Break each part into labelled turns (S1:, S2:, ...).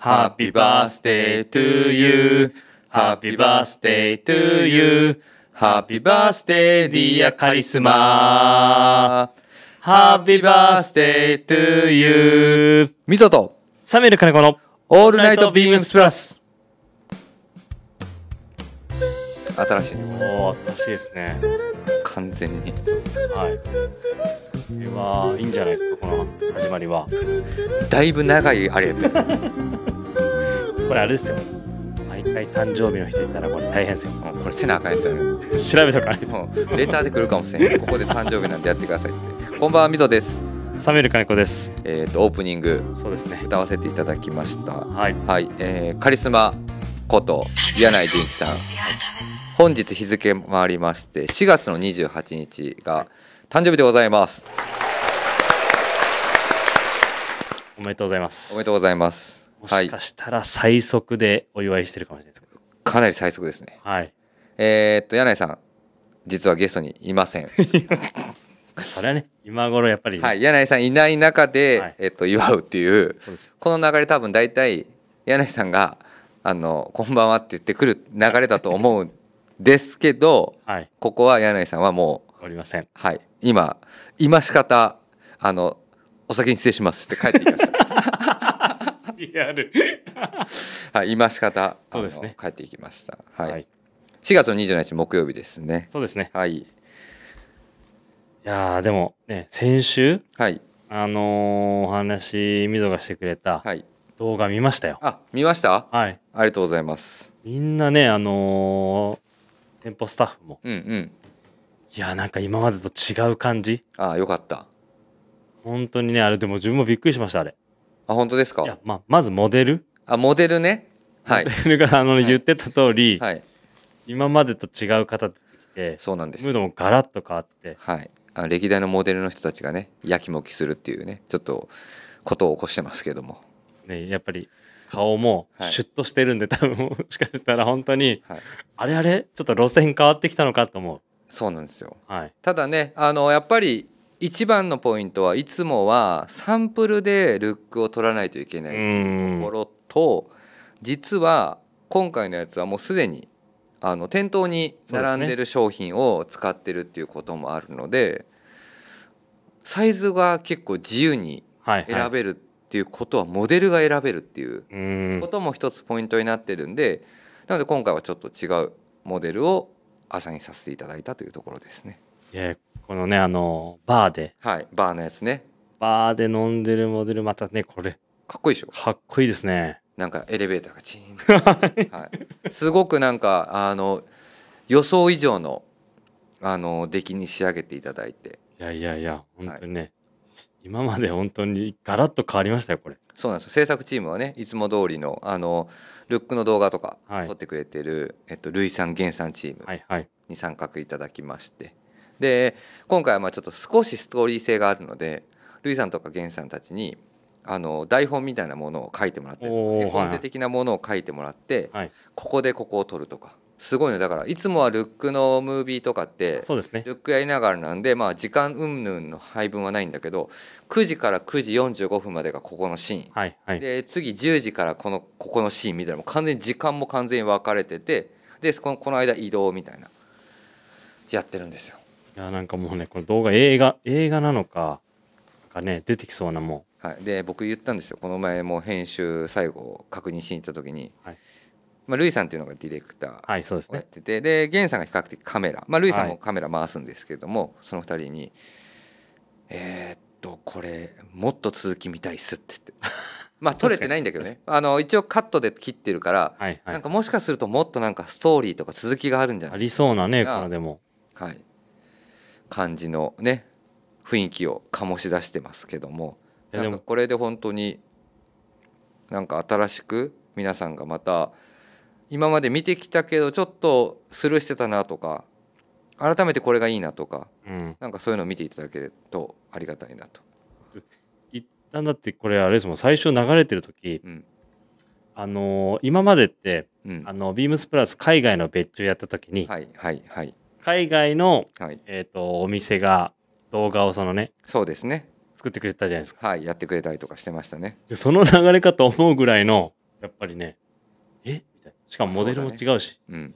S1: Happy birthday to you. Happy birthday to you. Happy birthday dear カリスマ。Happy birthday to you. みぞと
S2: サメルカネコの
S1: オールナイトビームスプラス。新しいね、
S2: おお新しいですね
S1: 完全に。
S2: はいこれはいいんじゃないですかこの始まりは
S1: だいぶ長いあれやったよ
S2: これあれですよ毎回誕生日の人いたらこれ大変ですよ
S1: うんこれせなあかんやつやね。
S2: 調べとかない
S1: もうレターで来るかもしれん。ここで誕生日なんでやってくださいって。こんばんはみぞです。
S2: とサメルカネコです
S1: えっ、とオープニング
S2: そうですね
S1: 歌わせていただきました。
S2: はい
S1: はい、えーカリスマこと柳井純一さん。本日日付回りまして4月の28日が誕生日でございます。
S2: おめでとうございます
S1: おめでとうございます。
S2: も
S1: は
S2: し
S1: い
S2: か、したら最速でお祝いしてるかもしれないですけど
S1: かなり最速ですね。
S2: はい
S1: えーっと柳井さん、実はゲストにい ません。
S2: それはね今頃やっぱり、
S1: はい、柳井さんいない中で、
S2: はい
S1: えっと祝うっていう
S2: そうです
S1: この流れ多分大体柳井さんがあのこんばんはって言ってくる流れだと思うんですけど、
S2: はい
S1: ここは柳井さんはもう
S2: おりません
S1: はい、今今し方あのお先に失礼しますって帰っていき まし
S2: リアル
S1: た。はい、今し方あの
S2: そうですね
S1: 帰っていきました。はい。
S2: はい
S1: 4月の27日木曜日ですね。
S2: そうですね
S1: はい
S2: いやーでもね先週
S1: はい
S2: あのー、お話みぞがしてくれた
S1: はい。
S2: 動画見ましたよ。
S1: あ見ました？
S2: はい。
S1: ありがとうございます。
S2: みんなね、あのー店舗スタッフも、
S1: うんうん。
S2: いや、なんか今までと違う感じ。
S1: あよかった。
S2: 本当にね、あれでも自分もびっくりしました、あれ。
S1: あ本当です
S2: いや
S1: か？、
S2: まあ、まずモデル。
S1: あモデルね。はい
S2: モデルが、あの、言ってた通り、
S1: はい
S2: 今までと違う方出てきて、
S1: そうなんです
S2: ムー。ドもガラッと変わって、
S1: はい。あの歴代のモデルの人たちがねやきもきするっていうねちょっとことを起こしてますけども。
S2: ね、やっぱり顔も
S1: はい
S2: シュッとしてるんで、多分もしかしたら本当に、
S1: はい。
S2: あれあれちょっと路線変わってきたのかと思
S1: そうなんですよ。
S2: う。はい。
S1: ただねあのやっぱり一番のポイントはいつもはサンプルでルックを取らないといけ
S2: う
S1: ないと
S2: ーん
S1: こ。ろと、実は今回のやつはもうすでにあの店頭に並んでる商品を使ってるっていうこともあるのでサイズが結構自由に
S2: はい、はい。
S1: 選べるっていうことはモデルが選べるってい
S2: う
S1: う
S2: ーん
S1: こ。とも一つポイントになってるんでなので今回はちょっと違うモデルを朝にさせていただいたというところですね。
S2: えーこのねあのバーで
S1: はい、バーのやつね
S2: バーで飲んでるモデルまたねこれ
S1: かっこいいでしょ
S2: かっこいいですね
S1: なんかエレベーターがチーンと、はい、すごくなんかあの予想以上のあの出来に仕上げていただいて
S2: いやいやいや本当にね、今まで本当にガラッと変わりましたよこれ
S1: そうなんですよ制作チームはねいつも通りのあのルックの動画とか
S2: はい
S1: 撮ってくれてる、えっと、ルイさん・ゲンさんチーム
S2: はいはい
S1: に参画いただきましてで今回はまあちょっと少しストーリー性があるのでルイさんとかゲンさんたちにあの台本みたいなものを書いてもらって
S2: おー
S1: 絵コンテ的なものを書いてもらって、
S2: はい
S1: ここでここを撮るとかすごいねだからいつもはルックのムービーとかって
S2: そうですね
S1: ルックやりながらなんでまあ時間云々の配分はないんだけど9時から9時45分までがここのシーン
S2: はいはい
S1: で次10時からこのここのシーンみたいなもう完全に時間も完全に分かれててでこのこの間移動みたいなやってるんですよ。
S2: いやなんかもうねこの動画映画映画なのかなんかね出てきそうなも
S1: はい、で僕言ったんですよこの前もう編集最後確認しに行った時に、
S2: はい
S1: まあ、ルイさんっていうのがディレクター
S2: うはいそうです
S1: をやっ
S2: ね
S1: ててでゲンさんが比較的カメラまあルイさん
S2: は
S1: も
S2: い
S1: カメラ回すんですけども、その二人に「えーっとこれもっと続き見たいっす」って 言ってまあ撮れてないんだけどねあの一応カットで切ってるから、
S2: はいは
S1: なん
S2: い
S1: かもしかするともっとなんかストーリーとか続きがあるんじゃな
S2: あ
S1: い、
S2: りそうなねこ
S1: が
S2: のでも
S1: はい、感じのね雰囲気を醸し出してますけども
S2: いや
S1: な
S2: で
S1: ん
S2: も
S1: かこれで本当になんか新しく皆さんがまた今まで見てきたけどちょっとスルーしてたなとか改めてこれがいいなとか
S2: うん
S1: なんかそういうのを見ていただけるとありがたいなと。
S2: 一旦だってこれあれですもん最初流れてる時
S1: うん
S2: あのー今までって
S1: うん、
S2: あのビームスプラス海外の別注やった時に、
S1: はいはいはい
S2: 海外の
S1: はい
S2: えー、とお店が動画をそのね
S1: そうですね
S2: 作ってくれたじゃないですか
S1: はいやってくれたりとかしてましたね。
S2: でその流れかと思うぐらいのやっぱりねえみたいなしかもモデルも違うし
S1: うん、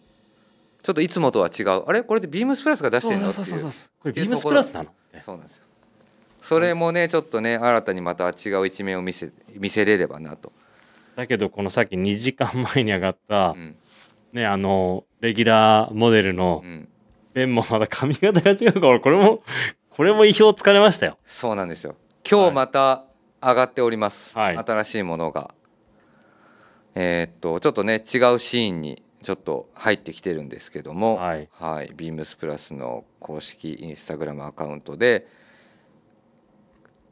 S1: ちょっといつもとは違うあれこれってビームスプラスが出してるのって
S2: そう
S1: い
S2: そうそう
S1: う
S2: そうこれビームスプラスなのみたいな
S1: そうなんですよそれもねちょっとね新たにまた違う一面を見せ見せれればなと、
S2: だけどこのさっき2時間前に上がった、
S1: うん
S2: ねあのレギュラーモデルの
S1: うん、
S2: ベンもまだ髪型が違うからこれもこれも意表をつかれましたよ
S1: そうなんですよ今日また上がっております、
S2: はい
S1: 新しいものがえーっとちょっとね違うシーンにちょっと入ってきてるんですけども
S2: はい
S1: はい、ビームスプラスの公式インスタグラムアカウントで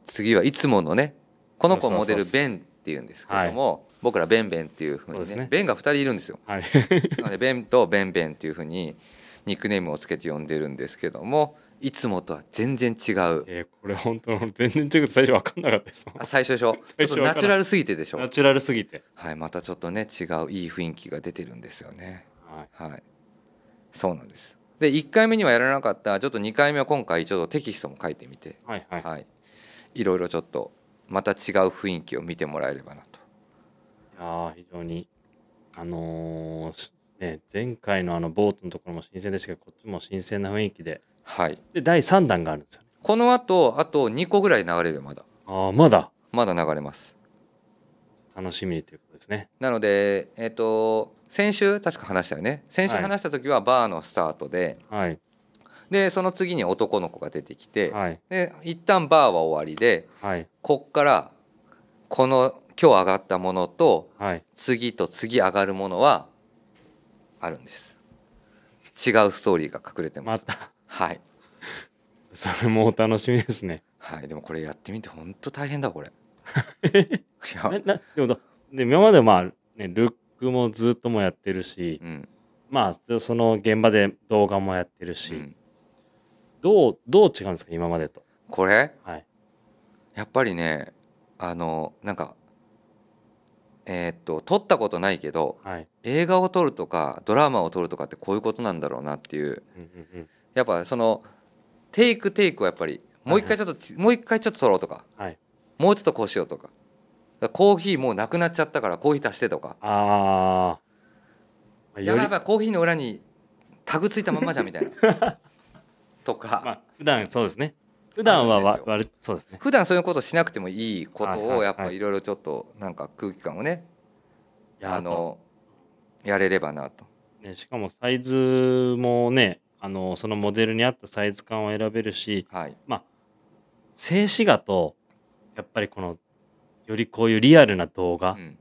S1: 次はいつものねこの子
S2: そうそ
S1: モ
S2: うそう
S1: デルベンっていうんですけども、僕らベンベンっていうふ
S2: そ
S1: う
S2: う
S1: に
S2: です
S1: ね
S2: ね
S1: ベンが2人いるんですよ
S2: はい
S1: なのでベンとベンベンっていうふうにニックネームをつけて呼んでるんですけどもいつもとは全然違う
S2: えーこれ本当全然違う最初分かんなかったです
S1: あ最初でしょちょ
S2: 最
S1: っ
S2: 初
S1: と
S2: わから
S1: ナ
S2: ん
S1: チュラルすぎてでしょ
S2: ナチュラルすぎて、
S1: はいまたちょっとね違ういい雰囲気が出てるんですよね
S2: はい、
S1: はいそうなんですで1回目にはやらなかったちょっと2回目は今回ちょっとテキストも書いてみて
S2: はいはい
S1: はい、いろいろちょっとまた違う雰囲気を見てもらえればなと
S2: いやー非常にあのーしね、前回のあのボートのところも新鮮でしたけどこっちも新鮮な雰囲気で
S1: はい
S2: で第3弾があるんですよね
S1: この後あと2個ぐらい流れるよまだ
S2: ああまだ
S1: まだ流れます
S2: 楽しみということですね
S1: なのでえっ、と先週確か話したよね先週
S2: はい
S1: 話した時はバーのスタートで、
S2: はい
S1: でその次に男の子が出てきて、
S2: はい
S1: で一旦バーは終わりで
S2: はい
S1: こっからこの今日上がったものと
S2: はい
S1: 次と次上がるものはあるんです違うストーリーが隠れてま、
S2: ますた
S1: はい
S2: それもお楽しみですね
S1: はい、でもこれやってみて本当大変だこ れ。い
S2: な
S1: や、
S2: なでもどで今までまあ、ね、ルックもずっともやってるし
S1: うん、
S2: まあその現場で動画もやってるし、
S1: うん
S2: どうどう違うんですか今までと
S1: これ
S2: はい
S1: やっぱりね、あのなんかえーっと撮ったことないけど、
S2: はい、
S1: 映画を撮るとかドラマを撮るとかってこういうことなんだろうなっていう、
S2: うんうんうん、
S1: やっぱそのテイクテイクはやっぱりもう一回ちょっとち、もう一回ちょっと撮ろうとか、
S2: はい
S1: もうちょっとこうしようとか。だからコーヒーもうなくなっちゃったからコーヒー足してとか
S2: ああ
S1: やばいやばいコーヒーの裏にタグついたまんまじゃんみたいな とか、
S2: まあ、普段そうですね。普段は
S1: あ
S2: わ
S1: るんですよ
S2: 割そうですね。
S1: 普段そういうことしなくてもいいこ
S2: はい
S1: と
S2: はいは
S1: を
S2: い
S1: やっぱいろいろちょっとなんか空気感をね
S2: いや
S1: あのやれればなと
S2: あとね、しかもサイズもね、あのそのモデルに合ったサイズ感を選べるし、
S1: はい
S2: 静止画とやっぱりこのよりこういうリアルな動画、
S1: うん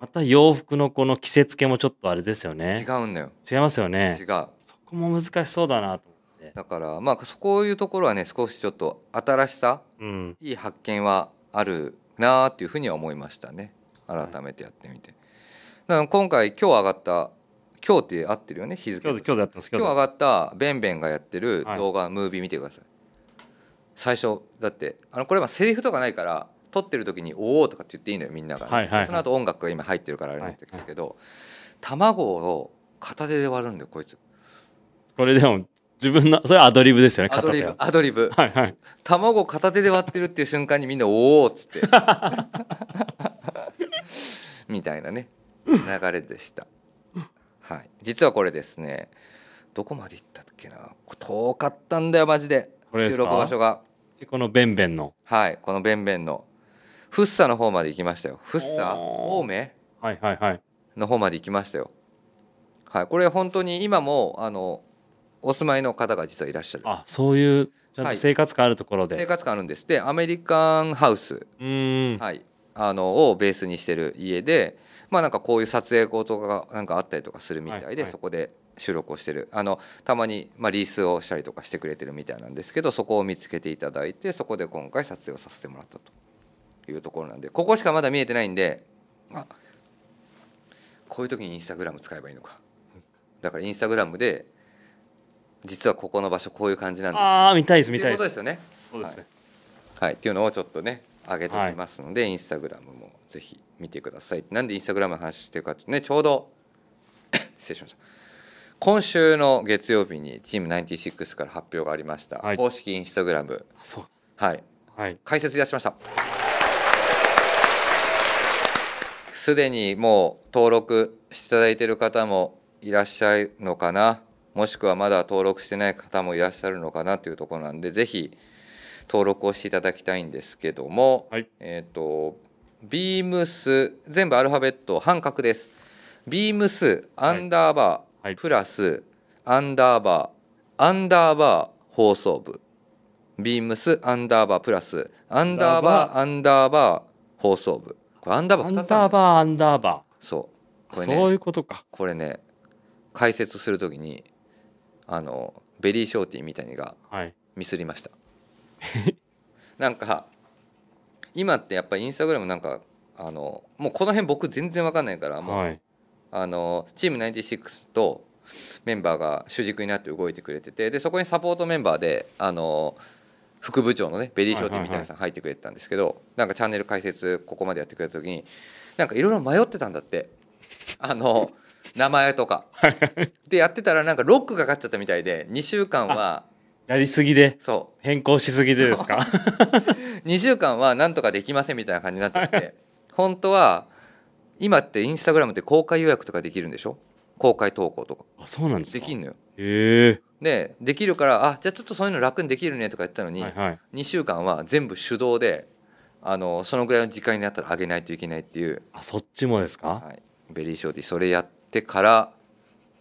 S2: また洋服のこの着せ付けもちょっとあれですよ
S1: 違
S2: ね。
S1: うんだよ
S2: 違いますよ
S1: 違
S2: ね
S1: う。
S2: そこも難しそうだなと思って。
S1: だからまあそこういうところはね少しちょっと新しさ
S2: うん。
S1: いい発見はあるなっていうふうには思いましたね改めてやってみてだから今回今日上がった今日って合ってるよね日付
S2: 今日で今日でやったんですけ
S1: 今
S2: ど。
S1: 日上がったベンベンがやってる
S2: はい
S1: 動画、ムービー見てください最初だってあのこれはセリフとかないから撮ってる時に「おお」とかって言っていいのよみんなが、
S2: はいはいはい
S1: でその後音楽が今入ってるからあれなんですけど、卵を片手で割るんだよこいつ
S2: これでも自分のそれはアドリブですよね。
S1: アドリブ
S2: 片
S1: アドリブ
S2: 手ははいはい。
S1: 卵を片手で割ってるっていう瞬間にみんな「おお」っつって みたいなね流れでした、はい、実はこれですねどこまで行ったっけな遠かったんだよマジで
S2: これで
S1: 収
S2: すか
S1: 録場所が
S2: でこのベンベンの。
S1: はいこのベンベンのフッサの方まで行きましたよフッサ
S2: おー
S1: 青梅
S2: はいはいはい。
S1: の方まで行きましたよはいこれ本当に今もあのお住まいの方が実はいらっしゃる
S2: あそういうちゃん
S1: は
S2: と
S1: い
S2: 生活感あるところで、
S1: 生活感あるんですでアメリカンハウス
S2: うーん、
S1: はい、あのをベースにしてる家で、まあ、なんかこういう撮影後とかがなんかあったりとかするみたいで、
S2: はいはい
S1: そこで収録をしてるあのたまに、まあ、リースをしたりとかしてくれてるみたいなんですけどそこを見つけていただいてそこで今回撮影をさせてもらったというところなんでここしかまだ見えてないんであこういう時にインスタグラム使えばいいのかだからインスタグラムで実はここの場所こういう感じなんです
S2: ああ見たいです
S1: って
S2: 見
S1: い
S2: た
S1: う
S2: い
S1: こ
S2: で
S1: と
S2: す
S1: ですよね。
S2: そうですね、
S1: はい、っていうのをちょっとね上げておきますので、インスタグラムもぜひ見てくださいなんでインスタグラムの話してるかというとねちょうど 失礼しました今週の月曜日にチーム96から発表がありました、
S2: はい
S1: 公式インスタグラム
S2: あそう
S1: はい
S2: はい
S1: 解説いたしましたすでにもう登録していただいている方もいらっしゃるのかなもしくはまだ登録してない方もいらっしゃるのかなというところなんでぜひ登録をしていただきたいんですけども、
S2: はい
S1: えっ、とビームス全部アルファベット半角ですビームスアンダーバー、
S2: はい
S1: プラスアンダーバーアンダーバー放送部ビームスアンダーバープラスアンダーバーアンダーバー放送部これアンダーバ
S2: ア
S1: ー
S2: ン
S1: 2
S2: ダ
S1: つある
S2: ーバー、アンダーバ
S1: そう
S2: ー。
S1: これね
S2: そういうことか。
S1: これね解説するときにあのベリーショーティーみたいにが
S2: はい。
S1: ミス りましたなんか今ってやっぱインスタグラムなんかあのもうこの辺僕全然わかんないからもう、
S2: はい。
S1: あのチーム96とメンバーが主軸になって動いてくれててでそこにサポートメンバーであの副部長のねベリーショーティーみたいなさん入ってくれてたんですけど、なんかチャンネル解説ここまでやってくれた時になんかいろいろ迷ってたんだってあの名前とか。でやってたらなんかロックがかかっちゃったみたいで2週間は
S2: やりすぎで、
S1: そ
S2: 変更しすぎでですか
S1: う2週間はなんとかできませんみたいな感じになっちゃって本当は今ってインスタグラムって公開予約とかできるんでしょ公開投稿とか
S2: あ、そうなんです
S1: で
S2: か
S1: き
S2: へ
S1: んのよ
S2: え。
S1: でできるからあじゃあちょっとそういうの楽にできるねとか言ってたのに、
S2: はいはい。
S1: 2週間は全部手動であのそのぐらいの時間になったら上げないといけないっていう、
S2: あ、そっちもですか
S1: はい、ベリーショーティーそれやってから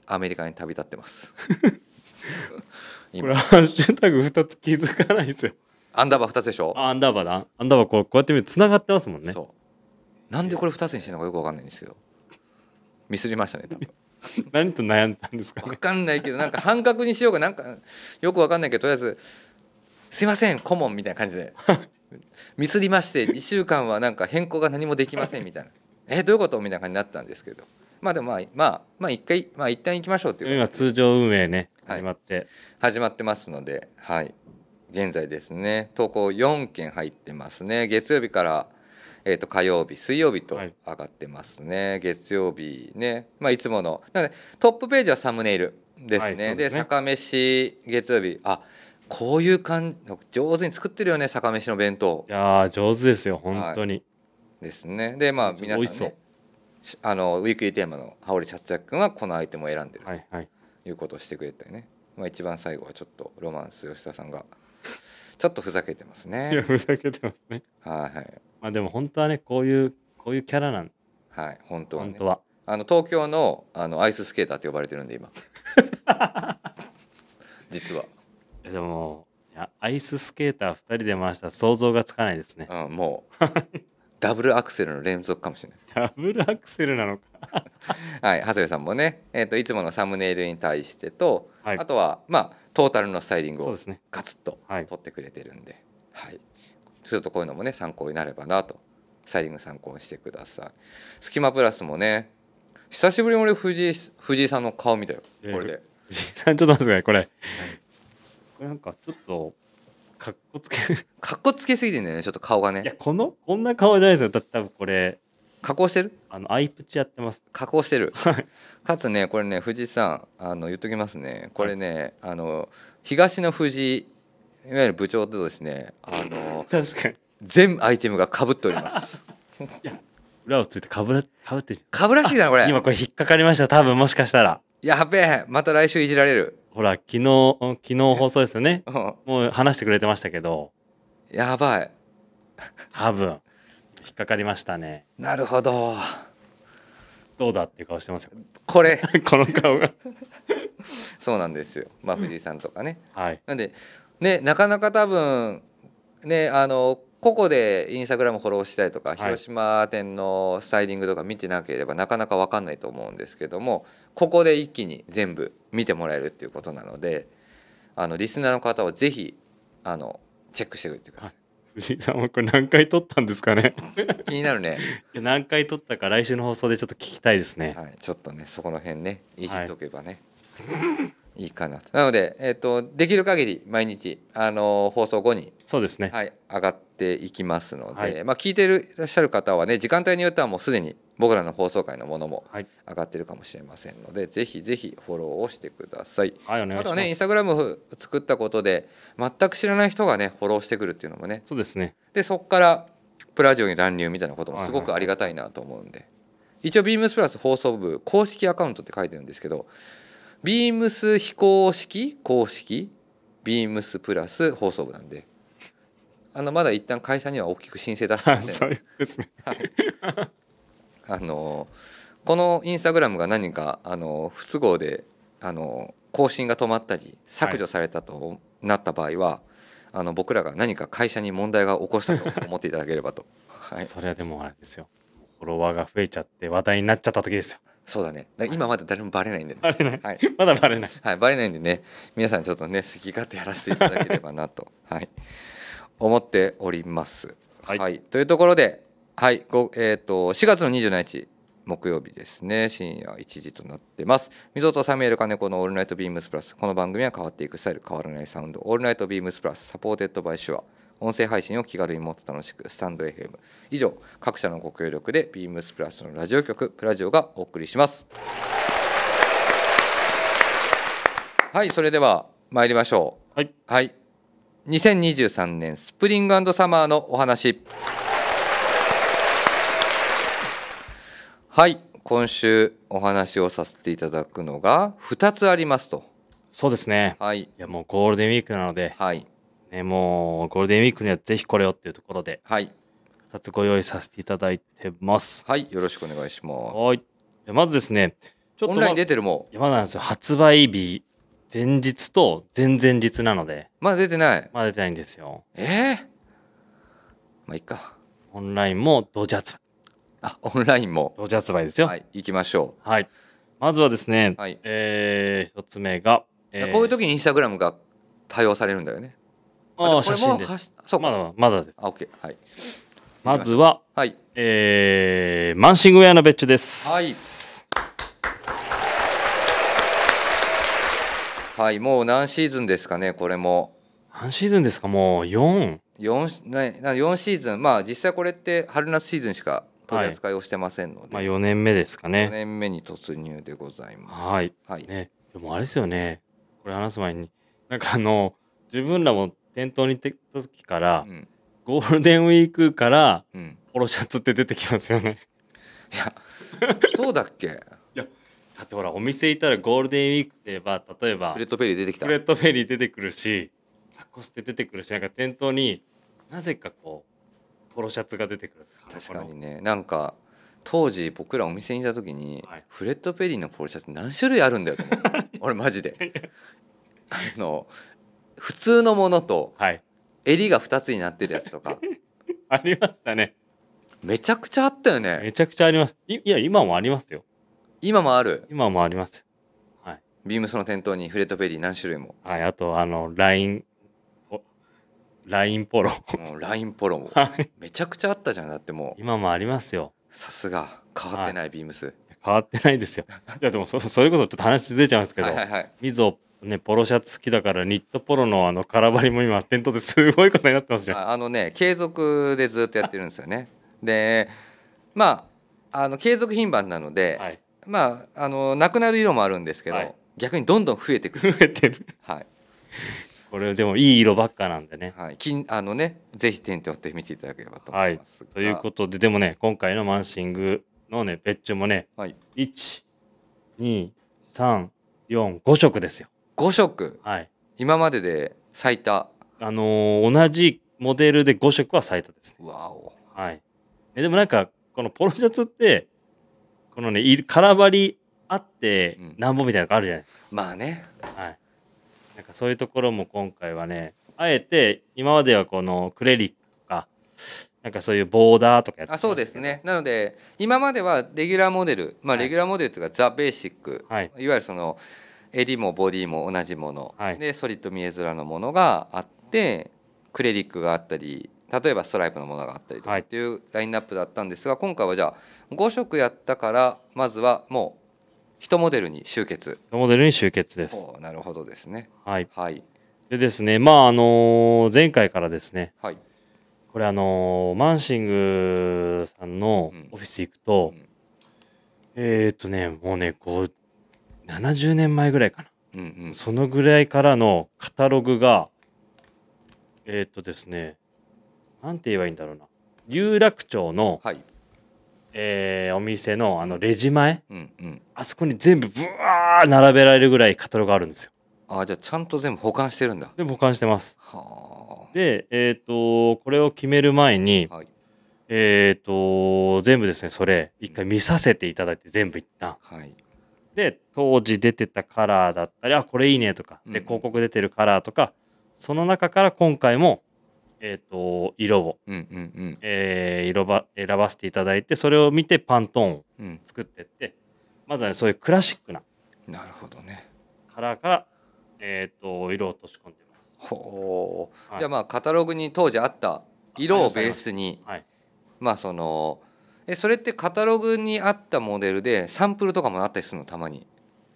S1: アメリカに旅立っ てます
S2: これ、ハッシュタグ2つ気づかないですよ。
S1: アンダーバー2つでしょ、
S2: あ、アンダーバーだ。アンダーバー、こうこうやって見ると繋がってますもんね。
S1: そうなんでこれ2つにしてるのかよく分かんないんですけどミスりましたね多分
S2: 何と悩んだんですか
S1: 分
S2: ね。
S1: かんないけどなんか半角にしようかなんかよく分かんないけどとりあえず「すいません顧問」みたいな感じで ミスりまして2週間はなんか変更が何もできませんみたいな「えどういうこと?」みたいな感じになったんですけどまあでもまあまあまあ一回まあ一旦行きましょうっていう
S2: 今、通常運営ね、
S1: はい
S2: 始まって。
S1: 始まってますので、はい、現在ですね投稿4件入ってますね月曜日から、えー、と火曜日水曜日と
S2: はい
S1: 上がってますね、月曜日ね、まあ、いつものなのでトップページはサムネイルです
S2: はい
S1: ね,、
S2: そう
S1: で
S2: ですね
S1: 坂飯月曜日あこういう感じ上手に作ってるよね坂飯の弁当
S2: いやー、上手ですよ、本当に。
S1: ですねでまあ皆
S2: 美味し
S1: さん
S2: そう
S1: ねしあのウィークリーテーマの羽織達也君はこのアイテムを選んでる
S2: はいはい。
S1: いうことをしてくれたよね、まあ、一番最後はちょっとロマンス吉田さんがちょっとふざけてます
S2: いや、
S1: ね
S2: ふざけてますね。
S1: はいはい
S2: まあでも本当はね、こういう、こういうキャラなんです、
S1: はい本当は,、
S2: 本
S1: ね、
S2: 当は。
S1: あの東京のあのアイススケーターって呼ばれてるんで今 実は、
S2: いやでも、いや、アイススケーター2人で回したら想像がつかないですね。
S1: うん、もうダブルアクセルの連続かもしれない
S2: ダブルアクセルなのか。
S1: はい、長谷部さんもね、えー、といつものサムネイルに対してと、
S2: はい
S1: あとは、まあ、トータルのスタイリング
S2: そう
S1: を
S2: ですね。
S1: ガツッと
S2: はい
S1: 取ってくれてるんで、はいちょっとこういうのもね参考になればなとスタイリング参考にしてくださいスキマプラスもね久しぶりに俺藤井藤井さんの顔見たよこれで、
S2: 藤井さん、ちょっと待ってください、これ。これなんかちょっと、かっこつけ、 い
S1: かっこつけすぎてんだよねちょっと顔が
S2: や、
S1: ね
S2: この、こんな顔じゃないですよ。だって多分これ、
S1: 加工してる
S2: あの、アイプチやってます。
S1: 加工し てるかつねこれね藤井さんあの言っときますねこれね、あの東の藤井いわゆる部長とですねあの
S2: 確かに。
S1: 全アイテムがかぶっております
S2: 裏をついてかぶら、かぶってるじ
S1: かぶらしいだなこ
S2: ゃん
S1: れ
S2: 今これ引っかかりました、多分もしかしたら。
S1: やべえまた来週いじられる
S2: ほら、昨日、昨日放送ですよね。
S1: うん
S2: もう話してくれてましたけど、
S1: やばい
S2: 多分、引っかかりましたね。
S1: なるほど
S2: どうだっていう顔してますよ。
S1: これ
S2: この顔が。
S1: そうなんですよまあ藤井さんとかね
S2: はい。
S1: なんでねなかなか多分ねあの個々でインスタグラムフォローしたりとか
S2: い
S1: 広島店のスタイリングとか見てなければなかなか分かんないと思うんですけどもここで一気に全部見てもらえるっていうことなのであのリスナーの方はぜひあのチェックしてくれてくだ さ
S2: 藤井さんはこれ何回撮ったんですかね。
S1: い気になるね、
S2: いや何回撮ったか来週の放送でちょっと聞きたいですね。
S1: はい、ちょっとねそこの辺ねいじっとけばね、い、いかなとなので、えっとできる限り毎日あの放送後に
S2: そうですね。
S1: はい、上がっていきますので、
S2: はい
S1: まあ、聞いてるいらっしゃる方はね時間帯によってはもうすでに僕らの放送回のものも
S2: はい。
S1: 上がってるかもしれませんのでぜひぜひフォローをしてください。
S2: はい、お願い
S1: あ
S2: し
S1: と
S2: ま
S1: は
S2: す。
S1: ねインスタグラム作ったことで全く知らない人がねフォローしてくるっていうのもね
S2: そうですね。
S1: でそこからプラジオに乱入みたいなこともす
S2: はい
S1: ご
S2: はい
S1: くありがたいなと思うんで、一応ビームスプラス放送部公式アカウントって書いてるんですけどビームス非公式公式ビームスプラス放送部なんであのまだ一旦会社には大きく申請出してま
S2: あ
S1: せん
S2: そういうことですね。
S1: あのこのインスタグラムが何かあの不都合であの更新が止まったり削除されたとなった場合は、あの僕らが何か会社に問題が起こしたと思っていただけ ればと、はい、
S2: それはでもあれですよ。フォロワーが増えちゃって話題になっちゃった時ですよ。
S1: そうだねだから今まだ誰もバレないんで、ね、
S2: バレない。
S1: はい
S2: まだバレない。
S1: はい、バレないんでね皆さんちょっとね好き勝手やらせていただければな と、はい、思っております。は、
S2: はいい
S1: というところで、はいごえー、と4月の27日木曜日ですね深夜1時となってます。溝戸サミュエル金子の「オールナイトビームスプラス」この番組は変わっていくスタイル変わらないサウンド「オールナイトビームスプラス」サポーテッドバイシュア音声配信を気軽にもっと楽しくスタンド FM 以上各社のご協力でビームスプラスのラジオ局プラジオがお送りします。はい、それでは参りましょう。
S2: はい。
S1: はい。2023年スプリングサマーのお話。はい、今週お話をさせていただくのが2つありますと。
S2: そうですね。
S1: はい、
S2: いやもうゴールデンウィークなので、
S1: はい、
S2: ね、もうゴールデンウィークにはぜひこれをっていうところで
S1: はい、
S2: 2つご用意させていただいてます。
S1: はい、よろしくお願いします。
S2: はい。でまずですね、ちょっ
S1: オ
S2: と
S1: ン
S2: ま
S1: ライン出てるも
S2: いやまだなんですよ。発売日前日と前々日なので、
S1: ん、まだ出てない。
S2: まだ出てないんですよ。
S1: ええまあいいか。
S2: オンラインも同時発売。
S1: あ、オンラインも。
S2: 同時発売ですよ。
S1: は
S2: はい。
S1: い、行きましょ
S2: まずはですね、
S1: う。はい。
S2: えー、一つ目が、えー
S1: こういう時にインスタグラムが対応されるんだよね。あで
S2: あ
S1: も
S2: ー写真で
S1: これも。はしそうか。
S2: まだまだです。
S1: あ、オッケー。はい。
S2: まずは、
S1: はい。
S2: えー、マンシングウェアの別注です。
S1: はいはい、もう何シーズンですかね、これも。
S2: 何シーズンですかもう4。
S1: 4, ねな4シーズン、まあ実際これって春夏シーズンしか取り扱いをしてませんので、
S2: まあ4年目ですか
S1: 4
S2: ね。
S1: 年目に突入でございます。
S2: はい。
S1: はい。
S2: ね。でもあれですよね。これ話す前に。なんかあの、自分らも店頭に行った時から、
S1: うん。
S2: ゴールデンウィークから、
S1: うん。
S2: ポロシャツって出てきますよね。
S1: いや、そうだっけ
S2: だってほら、お店行ったらゴールデンウィークといえば、例えば
S1: フ、レットペリー出てきた。
S2: フレットフェリー出てくるし、タコステ出てくるし、なんか店頭になぜかこう、ポロシャツが出てくる。
S1: 確かにね、なんか、当時僕らお店にいた時に、
S2: はい
S1: フレットペリーのポロシャツ何種類あるんだよと思う 俺マジで。あの、普通のものと
S2: はい。
S1: 襟が2つになってるやつとか、
S2: ありましたね。
S1: めちゃくちゃあったよね。
S2: めちゃくちゃあります。いいや、今もありますよ。
S1: 今もある。
S2: 今もありますよ。はい。
S1: ビームスの店頭にフレットペリー何種 類も
S2: はい。あと、あの、ライン、おラインポロ。
S1: もうラインポロも
S2: はい。
S1: めちゃくちゃあったじゃんだってもう
S2: 今もありますよ。
S1: さすが変わってないビームス
S2: 変わってないですよ。いや、でもそ、それこそちょっと話ずれちゃいますけど
S1: は、いはいはい
S2: みぞ、ね、ポロシャツ好きだから、ニットポロのあの、空張りも今、店頭ですごいことになってますじゃん。
S1: ああのね継続でずっとやってるんですよねでまああの継続品番なので、
S2: はい。
S1: まああのなくなる色もあるんですけど、
S2: はい
S1: 逆にどんどん増えてく
S2: 増
S1: る
S2: えてる。
S1: はい、
S2: これでもいい色ばっかなんでね。
S1: はい、金あのねぜひ店頭って見ていただければと思
S2: はいい
S1: ますが、。
S2: ということで、でもね、今回のマンシングのね、別注もね、
S1: とはい
S2: 1、2、3、4、5色ですよ。
S1: 5色
S2: はい。
S1: 今までで最多
S2: あのー同じモデルで5色は最多ですね。
S1: わお
S2: はい。えでもなんか、このポロシャツって、このね、い空張りあって
S1: うん、
S2: なんぼみたいなのがあるじゃないです
S1: まあね
S2: か。はい。なんかそういうところも今回はね、あえて、今まではこのクレリックとか、なんかそういうボーダーとかやってま
S1: あ
S2: したけど
S1: そうですね。なので今まではレギュラーモデルまあ
S2: はい
S1: レギュラーモデルというかザ・ベーシック、
S2: はい
S1: い、わゆるその襟もボディも同じもの、
S2: はい
S1: でソリッド見えづらのものがあってクレリックがあったり例えばストライプのものがあったりとか
S2: はい
S1: っていうラインナップだったんですが、今回はじゃあ5色やったからまずはもう1モデルに集結
S2: モデルに集結です。
S1: おーなるほどですね
S2: はい。
S1: はい
S2: でですね、まあ、あのー前回からですね、
S1: はい
S2: これあのーマンシングさんの
S1: うん
S2: オフィス行くと、
S1: うん
S2: えーっとね、もうね、こう、70年前ぐらいか
S1: うんうん
S2: な。そのぐらいからのカタログが、えーっとですね、なんて言えばいいんだろうな。有楽町の
S1: はい
S2: えーお店のあのレジ前
S1: うんうん
S2: あそこに全部ブワー並べられるぐらいカタログあるんですよ
S1: あじゃあちゃんと全部保管してるんだ
S2: 全部保管してます
S1: は
S2: でえっ、とこれを決める前に
S1: あはい
S2: えっ、と全部ですねそれ一回見させていただいて全部一旦
S1: はい
S2: で当時出てたカラーだったりあこれいいねとか
S1: うん
S2: で広告出てるカラーとかその中から今回もえっ、と色を、
S1: うんうんうん
S2: えー色ば選ばせていただいてそれを見てパントーンを
S1: うん
S2: 作ってってまずはねそういうクラシックな
S1: なるほどね
S2: カラーから、えー、と色を落とし込んでます。
S1: ほう、
S2: はい
S1: じゃあまあカタログに当時あった色をベースに
S2: はい、
S1: まあそのえそれってカタログにあったモデルでサンプルとかもあったりするのたまに、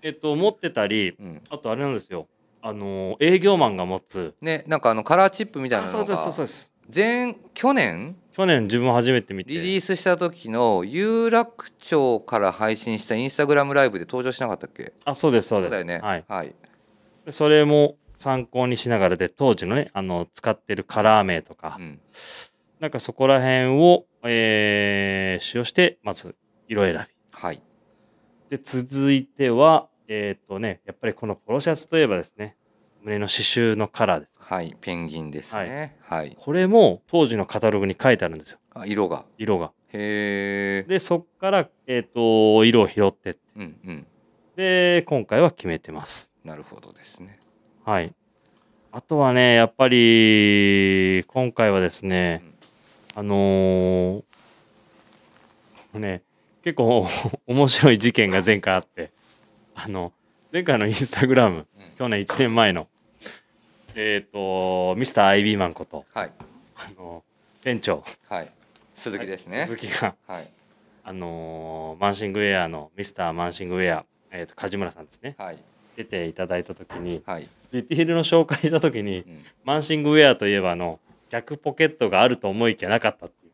S2: えっ、と持ってたり
S1: うん、
S2: あとあれなんですよあのー営業マンが持つ
S1: ねなんかあのカラーチップみたい
S2: あ
S1: な
S2: そう
S1: の
S2: ですそうですそう
S1: が
S2: です
S1: 前去年
S2: 去年自分初めて見て
S1: リリースした時の有楽町から配信したインスタグラムライブで登場しなかったっけ
S2: あそうですそう
S1: そ
S2: で
S1: う
S2: す
S1: だよね
S2: はい、
S1: はい、
S2: でそれも参考にしながらで当時のねあの使ってるカラー名とか、
S1: うん、
S2: なんかそこら辺を、えー使用してまず色選
S1: はい
S2: びで続いてはえっ、とねやっぱりこのポロシャツといえばですね胸の刺繍のカラーです
S1: はいペンギンですねはい、
S2: これも当時のカタログに書いてあるんですよ
S1: あ色が
S2: 色が
S1: へえ
S2: でそっから、えっと色を拾ってって
S1: うんうん
S2: で今回は決めてます
S1: なるほどですね
S2: はいあとはねやっぱり今回はですね、あのーね結構 面白い事件が前回あってあの前回のインスタグラム
S1: うん
S2: 去年1年前のえっ、とミスター IB マンこと
S1: はい
S2: あの店長
S1: はい鈴木ですね
S2: 鈴木が
S1: はい
S2: あのーマンシングウェアのミスターマンシングウェア、えー、と梶村さんですね
S1: はい
S2: 出ていただいた時に
S1: はい、
S2: ディティールの紹介した時に
S1: うん
S2: マンシングウェアといえばあの逆ポケットがあると思いきやなかったっていう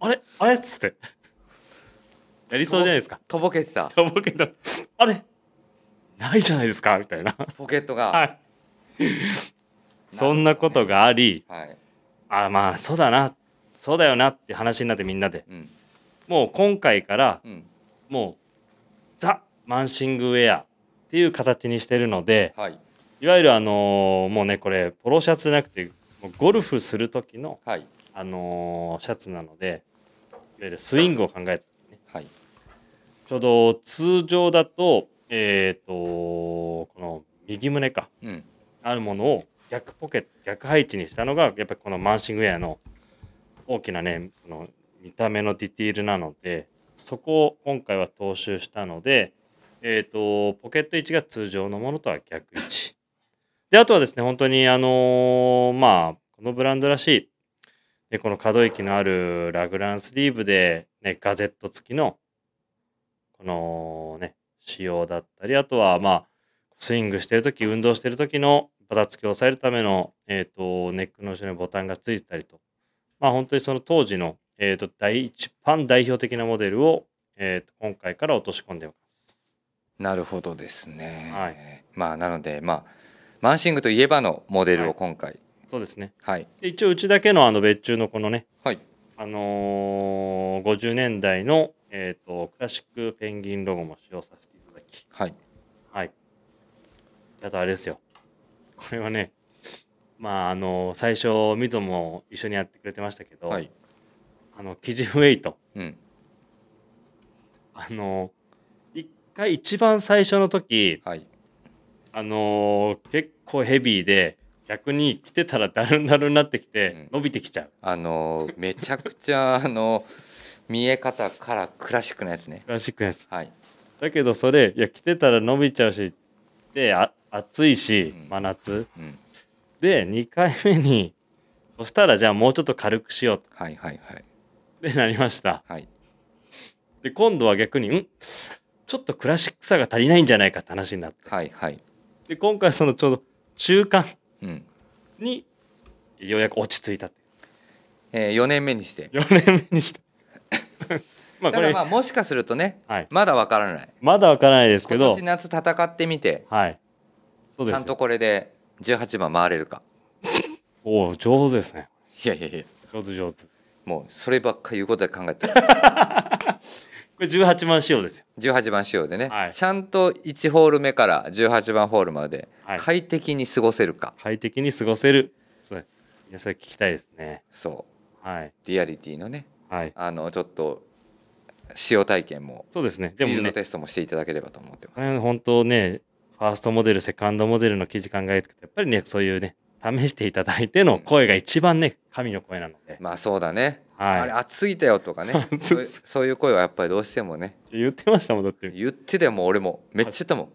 S2: あれあれっつってやりそうじゃないですか
S1: とぼけてた
S2: とぼけたあれないじゃないですかみたいな
S1: ポケットが
S2: は
S1: はい
S2: そんなことがあり、
S1: い、
S2: あまあそうだなそうだよなって話になってみんなで
S1: うん
S2: もう今回から
S1: うん
S2: もうザ・マンシングウェアっていう形にしてるので
S1: はい
S2: いわゆるあのーもうねこれポロシャツじゃなくてもうゴルフする時の
S1: はい
S2: あのーシャツなのでいわゆるスイングを考えた時にね
S1: はい
S2: ちょうど通常だとえっ、とこの右胸か
S1: うん
S2: あるものを逆ポケット逆配置にしたのがやっぱりこのマンシングウェアの大きなねその見た目のディティールなのでそこを今回は踏襲したので、えー、とポケット位置が通常のものとは逆位置であとはですね本当にあのーまあこのブランドらしいでこの可動域のあるラグランスリーブで、ね、ガゼット付きのこのね仕様だったりあとはまあスイングしてる時運動してる時のバタつきを抑えるための、えー、とネックの後ろにボタンがついてたりと、まあ、本当にその当時の、えー、と第一番代表的なモデルを、えー、と今回から落とし込んでます。
S1: なるほどですね、
S2: はい
S1: まあなのでまあマンシングといえばのモデル
S2: は
S1: を
S2: い
S1: 今回
S2: そうですね
S1: はい
S2: で一応うちだけのあの別注のこのね、
S1: はい
S2: あのー50年代の、えー、とクラシックペンギンロゴも使用させていただき、
S1: はい
S2: はい。あとあれですよ。これはね、まああの最初みぞも一緒にやってくれてましたけど、
S1: はい
S2: あのキジウェイト
S1: うん
S2: あの一回一番最初の時
S1: はい
S2: あの結構ヘビーで逆に着てたらだるんだるんなってきて
S1: うん
S2: 伸びてきちゃう、
S1: あのーめちゃくちゃあの見え方からクラシックなやつね
S2: クラシックです
S1: はい
S2: だけどそれいや着てたら伸びちゃうしであ暑いし
S1: うん
S2: 真夏、
S1: うん
S2: で2回目にそしたらじゃあもうちょっと軽くしようと
S1: はいはいはい
S2: でなりました
S1: はい
S2: で今度は逆にんちょっとクラシックさが足りないんじゃないかって話になって
S1: はいはい
S2: で今回そのちょうど中間
S1: うん、
S2: にようやく落ち着いたって
S1: えー、4年目にして
S2: 4年目にしてまあこ
S1: ただ
S2: れ
S1: まあもしかするとね
S2: はい、
S1: まだわからない
S2: まだわからないですけ
S1: 今
S2: ど
S1: 年、夏戦ってみて
S2: はい、そう
S1: ち
S2: で
S1: ゃ
S2: す
S1: んとこれで18番回れるか
S2: おお上手ですね
S1: いやいやいや
S2: 上手上手
S1: もうそればっか言うことで考えて る
S2: これ18番仕様ですよ。
S1: 18番仕様でね、
S2: はい
S1: ちゃんと1ホール目から18番ホールまで
S2: はい
S1: 快適に過ごせるか、
S2: 快適に過ごせる。そういやそれ聞きたいですね。
S1: そう
S2: はい。
S1: リアリティのね
S2: はい。
S1: あのちょっと使用体験も
S2: そうですね。
S1: フ
S2: で
S1: ィー
S2: も
S1: ルド
S2: ね、
S1: テストもしていただければと思ってます、
S2: うん本当ね、ファーストモデル、セカンドモデルの記事考えてくと、やっぱりね、そういうね、試していただいての声が一番ね、神の声なので。
S1: まあそうだね、
S2: はい
S1: あれ暑いだよと かねそういうそういう声はやっぱりどうしてもね
S2: 言ってましたもん、だって、
S1: 言ってても俺もめっちゃ言ったもん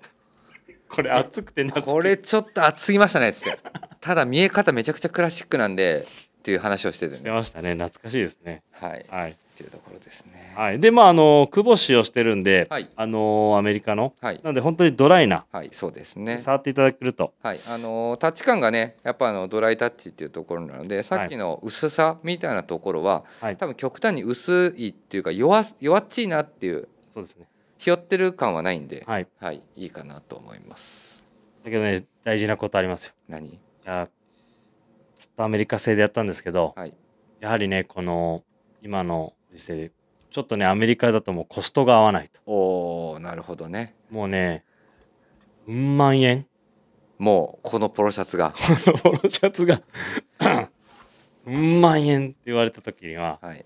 S2: これ熱くて夏
S1: これちょっと暑すぎましたねっつってただ見え方めちゃくちゃクラシックなんでっていう話をしてて
S2: して
S1: ね
S2: ましたね。懐かしいですね。
S1: はいっ
S2: はい。
S1: ていうところですね
S2: はい、でまああの久保使用してるんで、
S1: はい
S2: あのアメリカの、
S1: はい
S2: なので本当にドライな、
S1: はいそうですね
S2: 触っていただけると
S1: はいあのータッチ感がねやっぱあのドライタッチっていうところなのでさっきの薄さみたいなところは、
S2: はい
S1: 多分極端に薄いっていうか弱す弱っちいなっていう
S2: そうですね
S1: ひよってる感はないんでは
S2: はい
S1: い、い、いかなと思います
S2: だけどね大事なことありますよ
S1: 何
S2: いやずっとアメリカ製でやったんですけど
S1: はい
S2: やはりねこの今の時勢でちょっとねアメリカだともうコストが合わないと
S1: おーなるほどね
S2: もうねうん万円
S1: もうこのポロシャツが
S2: このシャツがうん万円って言われた時には
S1: はい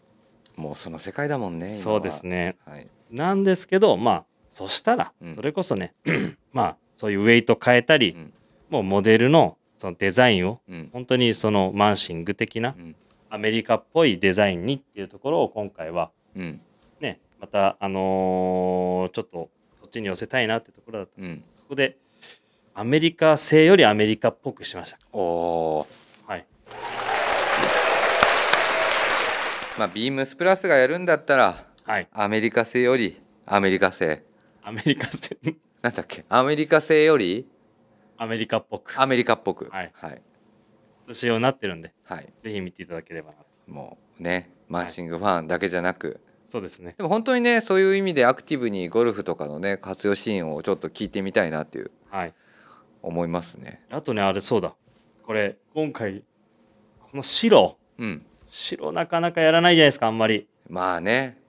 S1: もうその世界だもんね今は
S2: そうですね
S1: はい
S2: なんですけどまあそしたら
S1: うん
S2: それこそね、 まあそういうウェイト変えたり、
S1: うん
S2: もうモデルのそのデザインを
S1: うん
S2: 本当にそのマンシング的な
S1: うん
S2: アメリカっぽいデザインにっていうところを今回は
S1: うん
S2: ねまたあのーちょっとそっちに寄せたいなってところだった
S1: うん
S2: そこでアメリカ製よりアメリカっぽくしました
S1: おおー
S2: はい
S1: まあビームスプラスがやるんだったら
S2: はい
S1: アメリカ製よりアメリカ製
S2: アメリカ製
S1: なんだっけアメリカ製より
S2: アメリカっぽく
S1: アメリカっぽく
S2: はい
S1: はい、
S2: 仕様になってるんで
S1: はい
S2: ぜひ見ていただければなと
S1: もうねマーシングファンだけじゃなく、
S2: そうですね
S1: でも本当にねそういう意味でアクティブにゴルフとかのね活用シーンをちょっと聞いてみたいなっていう
S2: はい
S1: 思いますね
S2: あとねあれそうだこれ今回この白
S1: うん
S2: 白なかなかやらないじゃないですかあんまり
S1: まあね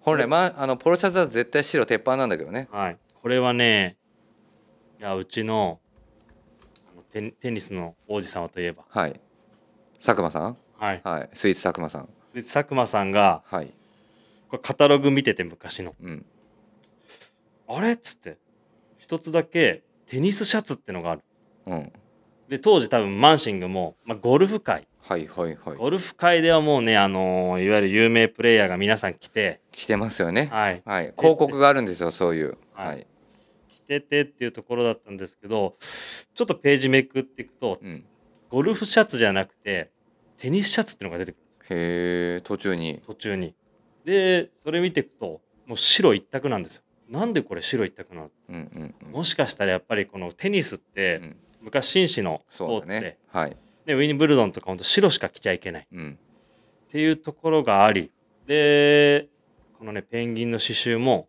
S1: 本来、まあ、あのポロシャツは絶対白鉄板なんだけどね
S2: はいこれはねいやうちのあのテニテニスの王子様といえば
S1: はい佐久間さん
S2: はい
S1: はいスイーツ佐久間さん
S2: そいつ佐久間さんが
S1: はい
S2: これカタログ見てて昔の
S1: うん
S2: あれっつって一つだけテニスシャツってのがある
S1: うん
S2: で当時多分マンシングも、まあ、ゴルフ界
S1: はいはいはい
S2: ゴルフ界ではもうね、あのーいわゆる有名プレイヤーが皆さん来て、
S1: 来てますよね
S2: はい、
S1: はい広告があるんですよそういう
S2: はい
S1: はい
S2: 来ててっていうところだったんですけどちょっとページめくっていくと
S1: うんへ
S2: ゴルフシャツじゃなくてテニスシャツってのが出てくるんですよ
S1: え途中に
S2: 途中にでそれ見ていくともう白一択なんですよなんでこれ白一択なの
S1: うんうんうん
S2: もしかしたらやっぱりこのテニスっ
S1: う
S2: て
S1: ん
S2: 昔紳士のス
S1: そ
S2: ポー
S1: う
S2: ツ
S1: だ
S2: で,、
S1: ねはい
S2: でウィニブルドンとかほんと白しか着ちゃいけないっ
S1: うん
S2: ていうところがありでこのねペンギンの刺繍も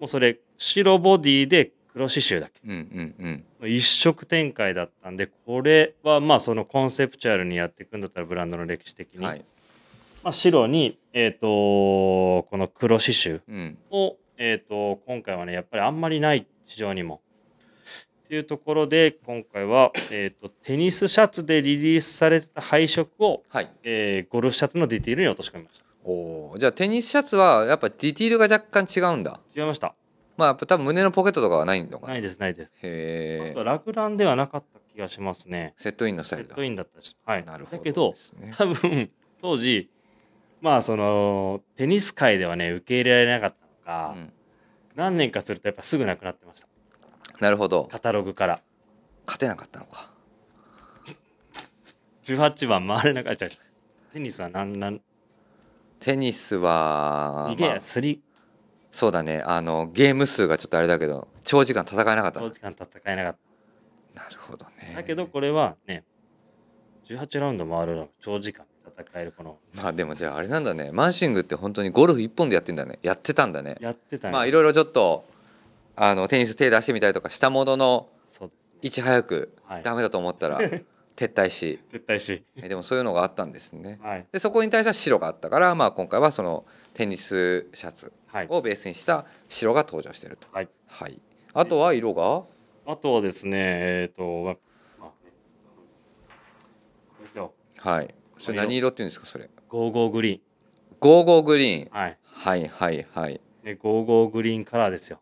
S2: もうそれ白ボディで黒刺繍だけ
S1: うんうんうん
S2: 一色展開だったんでこれはまあそのコンセプチュアルにやっていくんだったらブランドの歴史的に、
S1: はい
S2: まあ、白に、えー、とこの黒刺繍
S1: うん
S2: を、えー、と今回はねやっぱりあんまりない市場にも。っていうところで今回は、えー、とテニスシャツでリリースされてた配色を、
S1: はい
S2: えーゴルフシャツのディティールに落とし込みました。
S1: おーじゃあテニスシャツはやっぱディティールが若干違うんだ
S2: 違いました。
S1: まあやっぱ多分胸のポケットとかはないのかな
S2: ないですないです。あ
S1: へ
S2: と
S1: え
S2: ラグランではなかった気がしますね。
S1: セットインのス
S2: セ
S1: タイル
S2: ッ
S1: だ
S2: トインだったし。はい。
S1: なるほど
S2: だけど
S1: ですね
S2: 多分当時まあそのテニス界ではね受け入れられなかったのか、
S1: うん
S2: 何年かするとやっぱすぐなくなってました
S1: なるほど
S2: カタログから
S1: 勝てなかったのか
S2: 18番回れなかったテニスはなんなん
S1: テニスは
S2: 逃げ
S1: ま
S2: や
S1: あ
S2: すり
S1: そうだねあのゲーム数がちょっとあれだけど長時間戦えなかった
S2: 長時間戦えなかっ
S1: なるほどね
S2: ただけどこれはね18ラウンド回るの長時間戦えるこの
S1: まあでもじゃああれなんだねマンシングって本当にゴルフ一本でやってんだねやってたんだね
S2: やってたんで
S1: まあいろいろちょっとあのテニス手出してみたりとかしたものの
S2: そうですね
S1: いち早く
S2: はい
S1: ダメだと思ったら、撤退し
S2: 撤退し、
S1: えでもそういうのがあったんですね
S2: はい
S1: でそこに対しては白があったから、まあ、今回はそのテニスシャツ
S2: はい、
S1: をベースにした白が登場していると
S2: はい、
S1: はい、あとは色が
S2: あとはですねえっ、とままあですよ
S1: はいそれ何色っていうんですかそれ
S2: ゴーゴーグリ
S1: ゴーゴーグリーン
S2: ーンはい
S1: はいはいはい
S2: でゴーゴーグリーンカラーですよ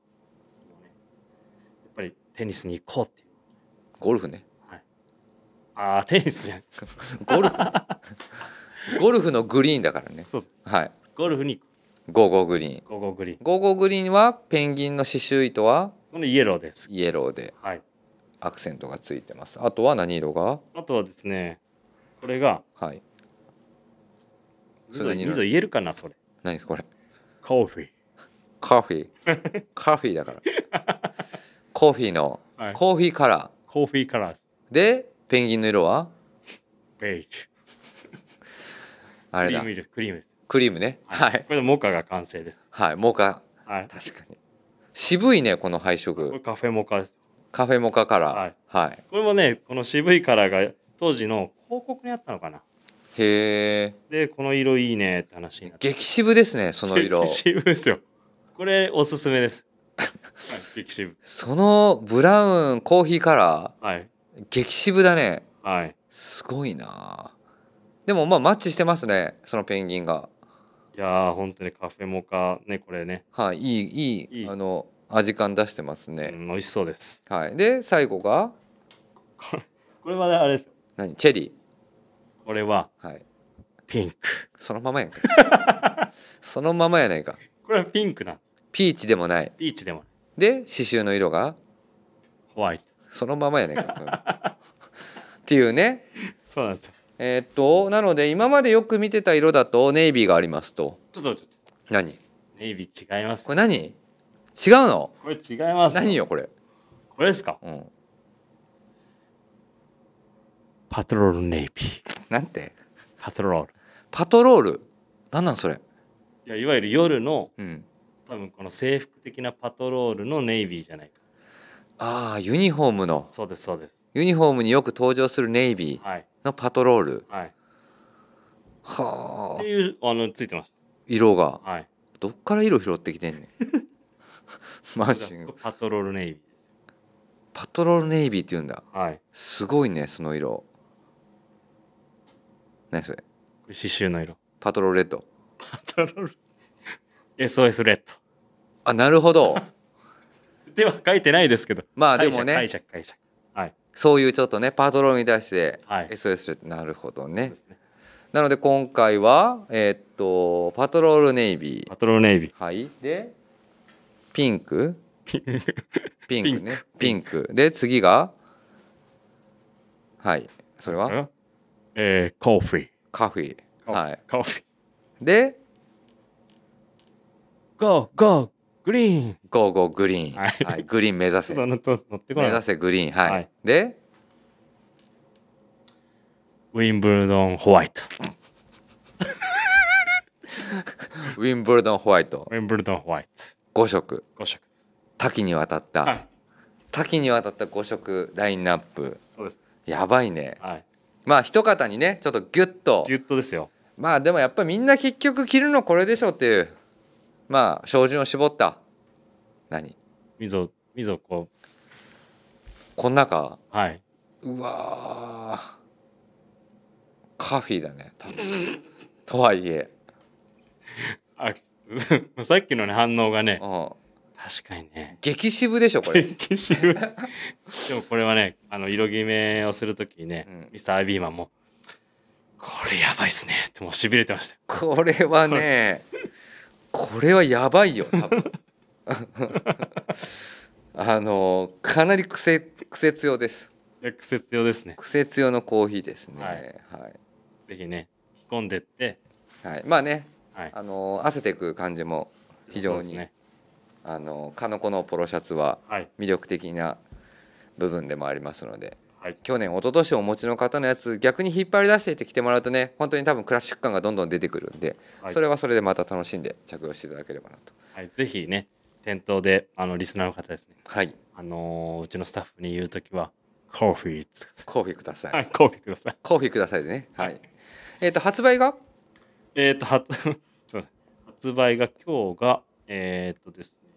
S2: やっぱりテニスに行こうっていう
S1: ゴルフね
S2: ああテニスじゃん
S1: ゴ ルフゴルフのグリーンだからね
S2: そう
S1: はい
S2: ゴルフに行こ
S1: ゴーゴーグリーン
S2: うゴーゴーグリーン
S1: ゴーゴーグリーンはペンギンの刺繍糸は
S2: このイエローです
S1: イエローで
S2: はい
S1: アクセントがついてますあとは何色が
S2: あとはですねこれが
S1: はい
S2: み
S1: そ
S2: ぞ
S1: れ何色
S2: 言えるかなそれ
S1: 何ですこれ
S2: コーヒー
S1: カフィー カフィーだからコーヒーの、
S2: はい
S1: コーヒーカラ
S2: コーヒーカラーです
S1: ーでペンギンの色は
S2: ベージュ
S1: あ
S2: ク
S1: れ
S2: リ
S1: だ
S2: ームですクリームです
S1: クリームねはい
S2: これでモカが完成です
S1: はいモカ
S2: はい
S1: 確かに渋いねこの配
S2: これ
S1: 色
S2: カフェモカです
S1: カフェモカカラー
S2: はい
S1: はい、
S2: これもねこの渋いカラーが当時の広告にあったのかな
S1: へえ
S2: でこの色いいねって話になって
S1: 激渋ですねその色
S2: 激渋ですよこれおすすめです、はい、激渋
S1: そのブラウンコーヒーカラ
S2: はい
S1: ー激渋だね
S2: はい
S1: すごいなでもまあマッチしてますねそのペンギンが
S2: いやー本当にカフェモカねこれね、
S1: はいいいいい
S2: いい
S1: あの味感出してます
S2: う
S1: ね、
S2: ん、美味しそうです
S1: はいで最後が
S2: これはねあれですよ
S1: 何チェリ
S2: これは
S1: ーはい
S2: ピンク
S1: そのままやんか そのままやないか
S2: これはピンクなん
S1: ピーチでもない
S2: ピーチでもない
S1: で刺繍の色が
S2: ホワイト
S1: そのままやないか っていうね
S2: そうなんですよ
S1: えーっとなので今までよく見てた色だとネイビーがありますと
S2: ちょっとちょっと
S1: 何
S2: ネイビー違います
S1: こ
S2: こ
S1: れ何違うの
S2: れ違います
S1: 何よこれ、
S2: これですか
S1: うん、
S2: パトロールネイビー
S1: なんて
S2: パトロール
S1: パトロールなんなんそれ、
S2: いやいわゆる夜の
S1: うん、
S2: 多分この制服的なパトロールのネイビーじゃないか
S1: ああユニフォームの
S2: そうですそうです
S1: ユニフォームによく登場するネイビー
S2: はい
S1: のパトロール
S2: はいっ
S1: はあ
S2: ていうあのついてまし
S1: 色が
S2: たはい
S1: どっから色拾ってきてんねんマジン
S2: パトロールネイビーです
S1: パトロールネイビーって言うんだ
S2: はい
S1: すごいねその色何それ
S2: これ刺繍の色
S1: パトロールレッド
S2: パトロール SOS レッ
S1: あなるほど
S2: ドでは書いてないですけど
S1: まあで もね
S2: 解釈解釈解釈はい
S1: そういうちょっとねパトロールに対して
S2: はい
S1: SOS レッドなるほど
S2: そう
S1: ね
S2: ですね
S1: なので今回はえーっとパトロールネイビー
S2: パトロールネイビー
S1: はいでピンク ピンクねピンクで次がはいそれ
S2: これ
S1: は
S2: はえー、コーヒー
S1: カフィーはい
S2: コーヒー
S1: で
S2: ゴーゴーグリーン
S1: ゴーゴーグリーン
S2: はい
S1: はいグリーン目指せ
S2: そのと乗ってこ
S1: 目
S2: ない
S1: 指せグリーンは
S2: はいい
S1: で
S2: ウィンブルドンホワイト
S1: ウィンブルドンホワイト
S2: ウィンブルドンホワイ
S1: 5色
S2: ト5色です
S1: 多岐にわたっ
S2: は
S1: た
S2: い
S1: 多岐にわたった5色ラインナップ
S2: そうです
S1: やばいね
S2: はい
S1: まあ一方にねちょっとギュッと
S2: ギュッとですよ
S1: まあでもやっぱりみんな結局着るのこれでしょっていうまあ照準を絞った何
S2: みぞみぞこ
S1: この中
S2: うはいう
S1: わーカフィーだね多分とはいえ、
S2: あ さっきのね反応がね
S1: うん、
S2: 確かにね
S1: 激渋でしょこ れ
S2: 激渋いでもこれはねあの色決めをするときにね、
S1: うん
S2: ミスター・ビーマンも「これやばいっすね」ってもうしびれてましたよ
S1: これはねこれはやばいよ多分 あのかなり癖癖強です
S2: いや癖強ですね
S1: 癖強のコーヒーですね
S2: は
S1: はい
S2: ぜひね着込んでって、
S1: はい、まあね
S2: はい、
S1: あの汗ていく感じも非常
S2: そう
S1: に、
S2: ですね
S1: あのかのこのポロシャツは
S2: はい
S1: 魅力的な部分でもありますので
S2: はい
S1: 去年一昨年お持ちの方のやつ逆に引っ張り出していって着てもらうとね本当に多分クラシック感がどんどん出てくるんで、
S2: はい
S1: それはそれでまた楽しんで着用していただければなと
S2: はい、ぜひね店頭であのリスナーの方ですね
S1: はい
S2: あのーうちのスタッフに言うときはコーヒーつ
S1: コーヒーください、
S2: はい、コーヒーください。
S1: コーヒーくださいでねはいえっ、と発売が
S2: えっ、と、発、 すみません発売が今日が、えっ、とですね、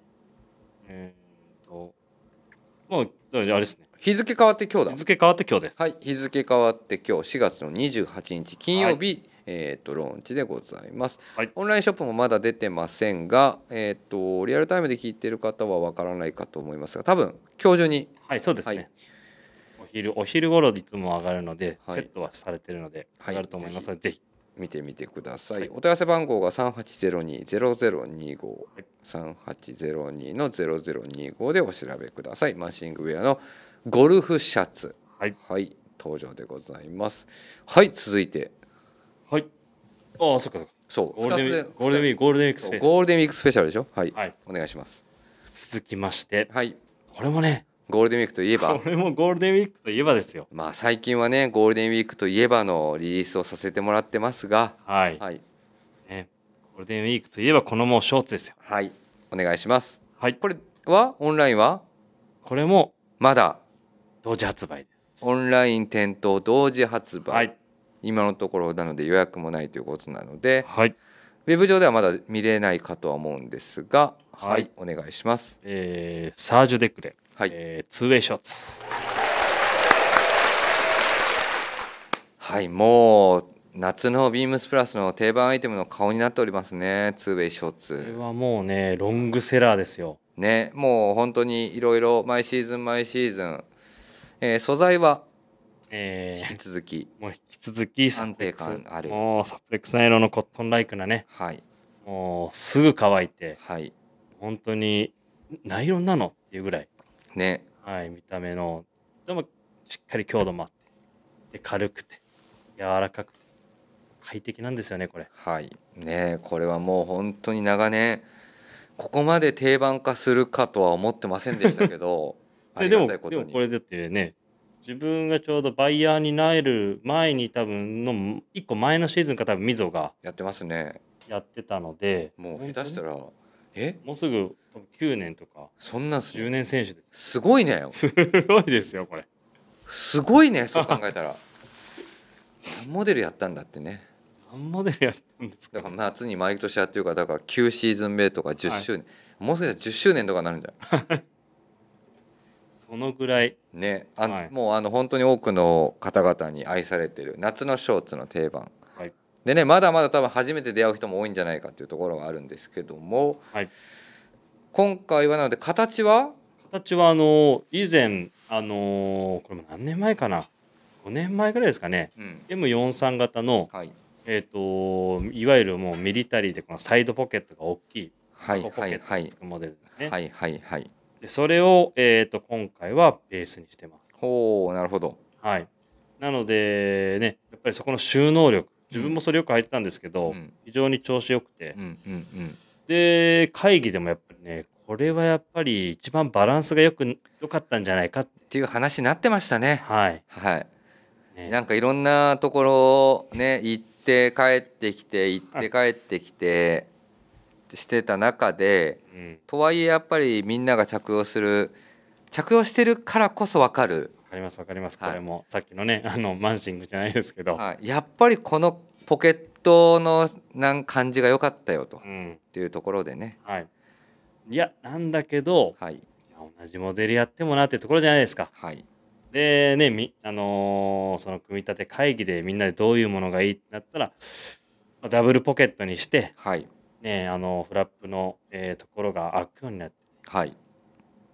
S2: えっ、と、もう、あれですね、
S1: 日付変わって今日だ
S2: 日付変わって今日です。
S1: はい日付変わって今日4月の28日金曜日、えっ、とローンチでございます、
S2: はい
S1: オンラインショップもまだ出てませんがえっ、とリアルタイムで聞いてる方はわからないかと思いますが多分今日中に
S2: はい、そうですね。
S1: はい
S2: お昼、お昼頃いつも上がるので、
S1: はい
S2: セットはされてるので、
S1: はい
S2: 上がると思いますので、ぜひ。
S1: 見てみてください、
S2: はい
S1: お問い合わせ番号が3802-0025 3802の0025でお調べくださいマンシングウェアのゴルフシャツ
S2: はい。
S1: はい登場でございますはい続いて
S2: はい。ああ、そっかそっか。
S1: そう
S2: ゴールデンウィー
S1: 二
S2: クゴ
S1: つ、
S2: ールデンウィーク、ゴールデンウィークス
S1: そ
S2: ペ
S1: う
S2: ース。
S1: ゴールデンウィークスペシャルでしょはい、
S2: はい。
S1: お願いします
S2: 続きまして、
S1: はい
S2: これもね、
S1: ゴールデンウィークといえば
S2: これもゴールデンウィークといえばですよ。
S1: まあ最近はねゴールデンウィークといえばのリリースをさせてもらってますが
S2: はい。
S1: はい
S2: ね、ゴールデンウィークといえば、このもうショーツですよ。
S1: はいお願いします
S2: はい。
S1: これはオンラインは
S2: これも
S1: まだ
S2: 同時発売です。
S1: オンライン店頭同時発売、
S2: はい。
S1: 今のところなので予約もないということなので
S2: はい。
S1: ウェブ上ではまだ見れないかとは思うんですがはい、
S2: はい
S1: お願いします
S2: えー、サージュデクレ、
S1: はい
S2: えー、ツーウェイショーツ。
S1: はいもう夏のビームスプラスの定番アイテムの顔になっておりますねツーウェイショー
S2: これ
S1: ツ
S2: はもうね、ロングセラーですよ。
S1: ねもう本当にいろいろ毎シーズン毎シーズン、えー素材は
S2: え
S1: 引き続き
S2: ー、もう引き続きサ
S1: 安
S2: プレッ
S1: 定
S2: クス
S1: 感ある
S2: もうサプレックスナイロンのコットンライクなね、
S1: はい
S2: もうすぐ乾いて、
S1: はい
S2: 本当にナイロンなのっていうぐらい、
S1: ね
S2: はい、見た目の、でもしっかり強度もあって、で軽くて、柔らかくて、快適なんですよね、これ。
S1: はいねえこれはもう本当に長年ここまで定番化するかとは思ってませんでした けどあ
S2: で
S1: り
S2: で
S1: が
S2: も
S1: たい
S2: で
S1: こと
S2: も
S1: に
S2: これだってね自分がちょうどバイヤーになる前に多分の一個前のシーズンか多分みぞが
S1: やってますね
S2: やってたので
S1: もう下手した
S2: ら
S1: らえ
S2: もうすぐ多分9年とか
S1: そんなんす
S2: 10年選手です
S1: すごいね
S2: すごいですよこれ
S1: すごいねそう考えたら 何モデルやったんだってね
S2: 何モデルやったんです
S1: だ
S2: か
S1: から夏に毎年やってるからだから9シーズン目とか10周年、もう少しで10周年とかになるんじゃない
S2: そのぐらい
S1: ねあの、
S2: はい
S1: もうあの本当に多くの方々に愛されてる夏のショーツの定番
S2: はい
S1: でねまだまだ多分初めて出会う人も多いんじゃないかっていうところがあるんですけども
S2: はい
S1: 今回はなので形は
S2: 形はあの以前あのこれも何年前かな5年前ぐらいですかね
S1: うん、
S2: M43 型の、
S1: はい
S2: えっといわゆるもうミリタリーでこのサイドポケットが大きい
S1: はい
S2: ポケ
S1: はい
S2: ット
S1: は
S2: に
S1: い
S2: つくモデルですね。
S1: はいはいはい
S2: でそれを、えー、と今回はベースにしてます。
S1: ほうなるほど
S2: はい、なのでねやっぱりそこの収納力自分もそれよく履いてたんですけど、
S1: うん
S2: 非常に調子よくて、
S1: うんうんうん
S2: で会議でもやっぱりねこれはやっぱり一番バランスがよく良かったんじゃないかって
S1: っていう話になってましたね
S2: はい、
S1: はい
S2: ね
S1: なんかいろんなところをね行って帰ってきて行って帰ってきてしてた中で
S2: うん、
S1: とはいえやっぱりみんなが着用する着用してるからこそ分かる、
S2: わかりますわかります、
S1: はい
S2: これもさっきのねあ のマンシングじゃないですけど、
S1: はい、やっぱりこのポケットのなん感じが良かったよとっ
S2: うん
S1: ていうところでね
S2: はい、いやなんだけど
S1: はい
S2: いや同じモデルやってもなってところじゃないですか。
S1: はい
S2: でねみ、あのーその組み立て会議でみんなでどういうものがいいってなったら、まあダブルポケットにして、
S1: はい
S2: ね、あのフラップの、えーところが開くようになっ
S1: はい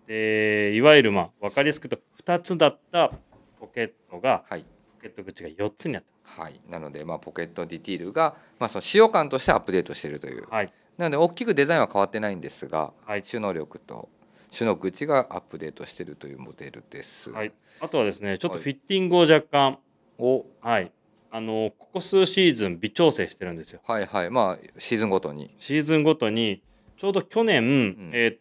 S2: てでいわゆる、まあ、分かりやすく言うと2つだったポケットが
S1: はい
S2: ポケット口が4つになって
S1: はいなのでまあポケットディティールがまあその使用感としてアップデートしてるという
S2: ます。はい
S1: なので大きくデザインは変わってないんですが、
S2: はい
S1: 収納力と収納口がアップデートしているというモデルです。
S2: はい、あとはですねちょっと
S1: はい
S2: フィッティングを若干、
S1: お
S2: はいあのーここ数シーズン微調整してるんですよ。
S1: はいはいまあシーズンごとに。
S2: シーズンごとにちょうど去年、
S1: ん
S2: えー、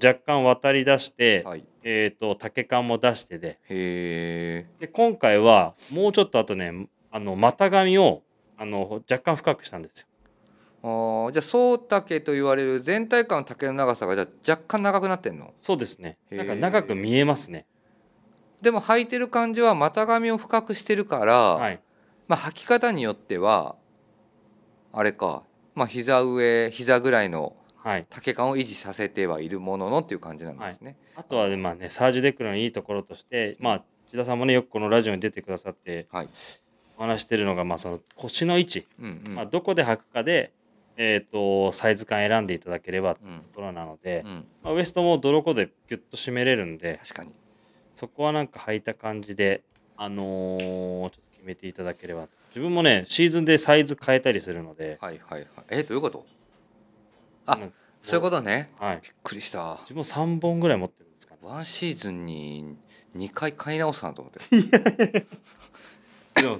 S2: と若干渡り出して、
S1: はい、
S2: えー、と竹缶も出してで
S1: へえ
S2: で今回はもうちょっとあとねあの股上をあの若干深くしたんですよ
S1: あーじゃあ総竹と言われる全体感の竹の長さがじゃあ若干長くなってんの
S2: そうですね
S1: へー
S2: なんか長く見えますね
S1: でも履いてる感じは股上を深くしてるから、
S2: はい、
S1: まあ履き方によってはあれかまあ膝上膝ぐらいの
S2: はい、
S1: 丈感を維持させてはいるもののっていう感じなんですね。
S2: あとはねまあねサージュ・デクロのいいところとしてまあ千田さんもねよくこのラジオに出てくださって
S1: はい。
S2: お話してるのが、まあ、その腰の位置、
S1: うんうん。
S2: まあ、どこで履くかで、えー、とサイズ感選んでいただければという
S1: うん
S2: ところなので、
S1: うん。
S2: まあ、ウエストも泥子でギュッと締めれるんで
S1: 確かに。
S2: そこはなんか履いた感じで、あのーちょっと決めていただければ自分もねシーズンでサイズ変えたりするので、
S1: はいはいはい。えどういうこと？あ
S2: なんか
S1: そういうことね。
S2: はい、
S1: びっくりした。
S2: 自分も3本ぐらい持ってるんですかね
S1: ワンシーズンに2回買い直したなと思って。
S2: でも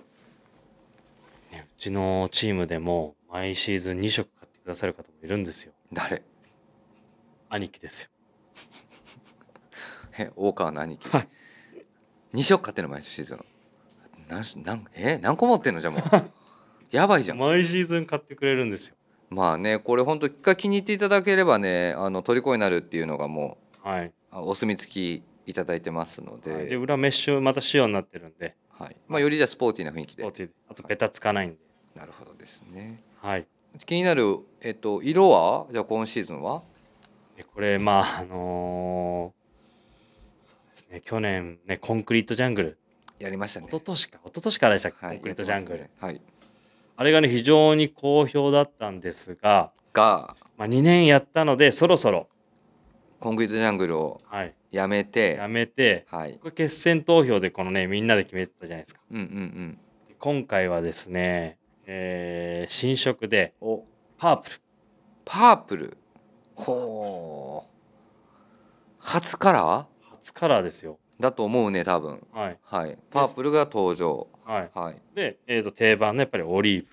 S2: ねうちのチームでも毎シーズン2色買ってくださる方もいるんですよ
S1: 誰？
S2: 兄貴ですよ
S1: え大川の兄貴
S2: はい。
S1: 二色買ってんの毎シーズンの。なんしなんえ何個持ってんのじゃあも う。やばいじゃん。
S2: 毎シーズン買ってくれるんですよ
S1: まあねこれ本当一回気に入っていただければねあの虜になるっていうのがも
S2: はい、
S1: うあお墨付きいただいてますので、
S2: で裏メッシュまた仕様になってるんで
S1: はいまあ、よりじゃあスポーティーな雰囲気で
S2: こうやってあとベタつかないんで
S1: なるほどですね
S2: はい
S1: 気になる、えっと、色はじゃあ今シーズンは
S2: でこれまああのーそうですね去年ねコンクリートジャングル
S1: やりましたね
S2: 一昨年か一昨年からでしたっけ、
S1: は
S2: コ
S1: い
S2: ンクリートジャングル、
S1: やってますねはい
S2: あれがね非常に好評だったんですが、
S1: が
S2: まあ、2年やったのでそろそろ、
S1: コンクリートジャングルを
S2: はい、
S1: やめて
S2: やめて
S1: はい
S2: これ決選投票でこのねみんなで決めてたじゃないですか
S1: うんうんうん
S2: で今回はですね、えー新色で
S1: お
S2: パープル
S1: パープルほう初カラー
S2: 初カラーですよ
S1: だと思うね多分
S2: はい
S1: はいパープルが登場
S2: はい
S1: はい
S2: で、えー、と定番のやっぱりオリーブ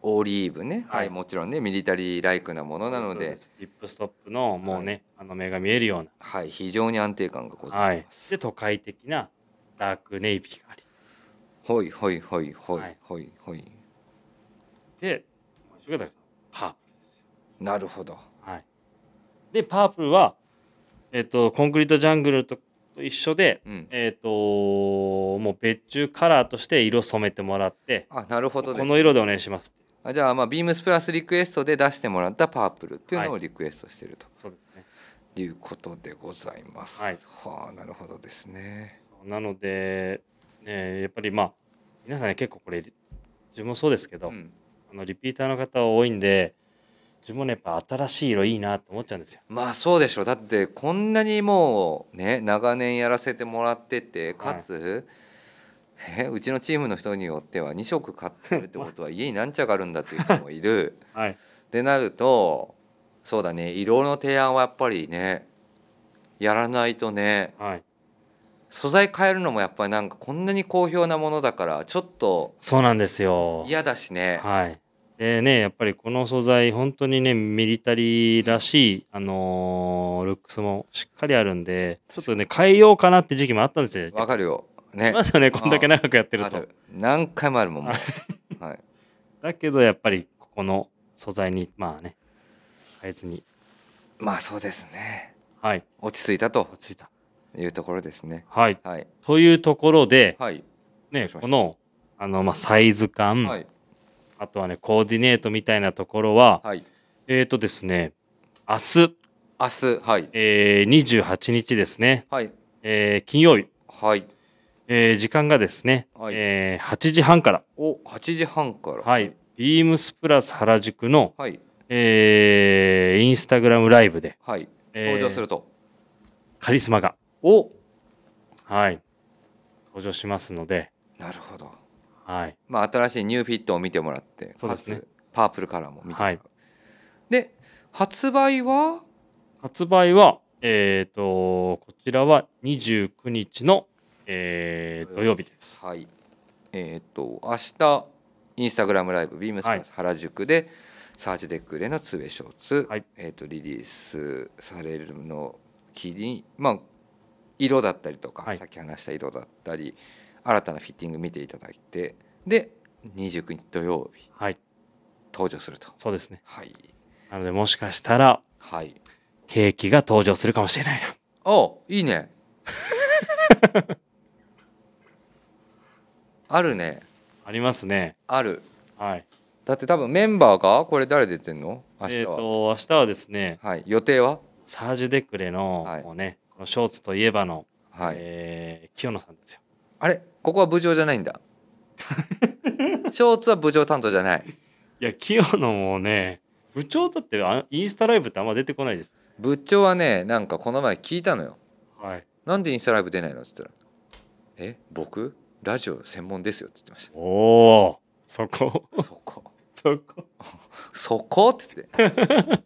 S1: オリーブね、はい
S2: はい
S1: もちろんねミリタリーライクなものなの
S2: そう
S1: で
S2: ですリップストップのもうね、あの目が見えるよう
S1: はい、非常に安定感がご
S2: な、は
S1: ざ
S2: い
S1: いま、す。
S2: で都会的なダークネイビーがあり
S1: ほいほいほいほい
S2: はい
S1: ほいほい。
S2: でパープルですよ
S1: なるほど。
S2: はい、でパープルは、えっとコンクリートジャングルとと一緒で、
S1: うん。
S2: えっともう別注カラーとして色染めてもらって
S1: あ、なるほどで
S2: こ
S1: す。
S2: の色でお願いしますって
S1: あじゃあまあビームスプラスリクエストで出してもらったパープルっていうの
S2: は
S1: を
S2: い
S1: リクエストしてると
S2: そうですね
S1: いうことでございます。
S2: はい
S1: はあ、なるほどですね。
S2: なので、ね、やっぱりまあ皆さんね結構これ自分もそうですけど、
S1: うん。
S2: あのリピーターの方多いんで自分もねやっぱ新しい色いいなと思っちゃうんですよ。
S1: まあそうでしょう。だってこんなにもうね長年やらせてもらってて、かつ。えうちのチームの人によっては2色買ってるってことは家に何着あるんだっていう人もいる
S2: はい、
S1: ってなるとそうだね色の提案はやっぱりねやらないとね
S2: はい、
S1: 素材変えるのもやっぱりなんかこんなに好評なものだからちょっと
S2: そうなんですよ。
S1: 嫌だしね
S2: はい、でねやっぱりこの素材本当にねミリタリーらしい、あのールックスもしっかりあるんでちょっとね変えようかなって時期もあったんですよ。
S1: わかるよね
S2: ますよねこんだけ長くやってる
S1: あ
S2: と
S1: る。何回もあるもんもうはい
S2: だけどやっぱりここの素材にまあね変えずに
S1: まあそうですね
S2: はい
S1: 落ち着いたと
S2: 落ち着いた。
S1: いうところですね
S2: はい、
S1: はい
S2: というところで、
S1: はい
S2: ね、
S1: しました
S2: このあの、まあ、サイズ感、
S1: はい
S2: あとはねコーディネートみたいなところは、
S1: はい
S2: えっ、とですね明日、
S1: 明日はい
S2: えー、28日ですね、
S1: はい
S2: えー金曜日、
S1: はい
S2: えー時間がですね、
S1: はい
S2: えー8時半から、
S1: お8時半から
S2: はい、ビームスプラス原宿の、
S1: はい
S2: えーインスタグラムライブで
S1: はい
S2: えー
S1: 登場すると
S2: カリスマが、
S1: お
S2: はい、登場しますので、
S1: なるほど
S2: はい、
S1: まあ、新しいニューフィットを見てもらって
S2: そうですね
S1: かつパープルカラーも見てもらう、
S2: はい
S1: で発売は
S2: 発売は、えー、とこちらは29日の、えー土曜日です。
S1: はいえーっと明日インスタグラムライブビームスプラス原宿で、サージュデックレの 2way ショーツ、
S2: はい
S1: えーっとリリースされるのきりまあ色だったりとか、
S2: はい
S1: さっき話した色だったり新たなフィッティング見ていただいてで29日土曜日
S2: はい、
S1: 登場すると
S2: そうですね。
S1: はい
S2: なのでもしかしたら
S1: はい
S2: ケーキが登場するかもしれないな。
S1: あいいねあるね
S2: ありますね。
S1: ある
S2: はい。
S1: だって多分メンバーがこれ誰出てんの明日
S2: えっ、と
S1: は、
S2: 明日はですね、
S1: はい予定は
S2: サージュデクレの、
S1: はい
S2: もうね、このショーツといえばの、
S1: はい、
S2: えー清野さんですよ。
S1: あれここは部長じゃない んだショーツは部長担当じゃない
S2: いや清野もね、部長だってあインスタライブってあんま出てこないです。
S1: 部長はねなんかこの前聞いたのよ
S2: はい。
S1: なんでインスタライブ出ないのって言ったら「え僕ラジオ専門ですよ」って言ってまし
S2: おお、そこ、
S1: たそこ
S2: そこ。
S1: そこっつって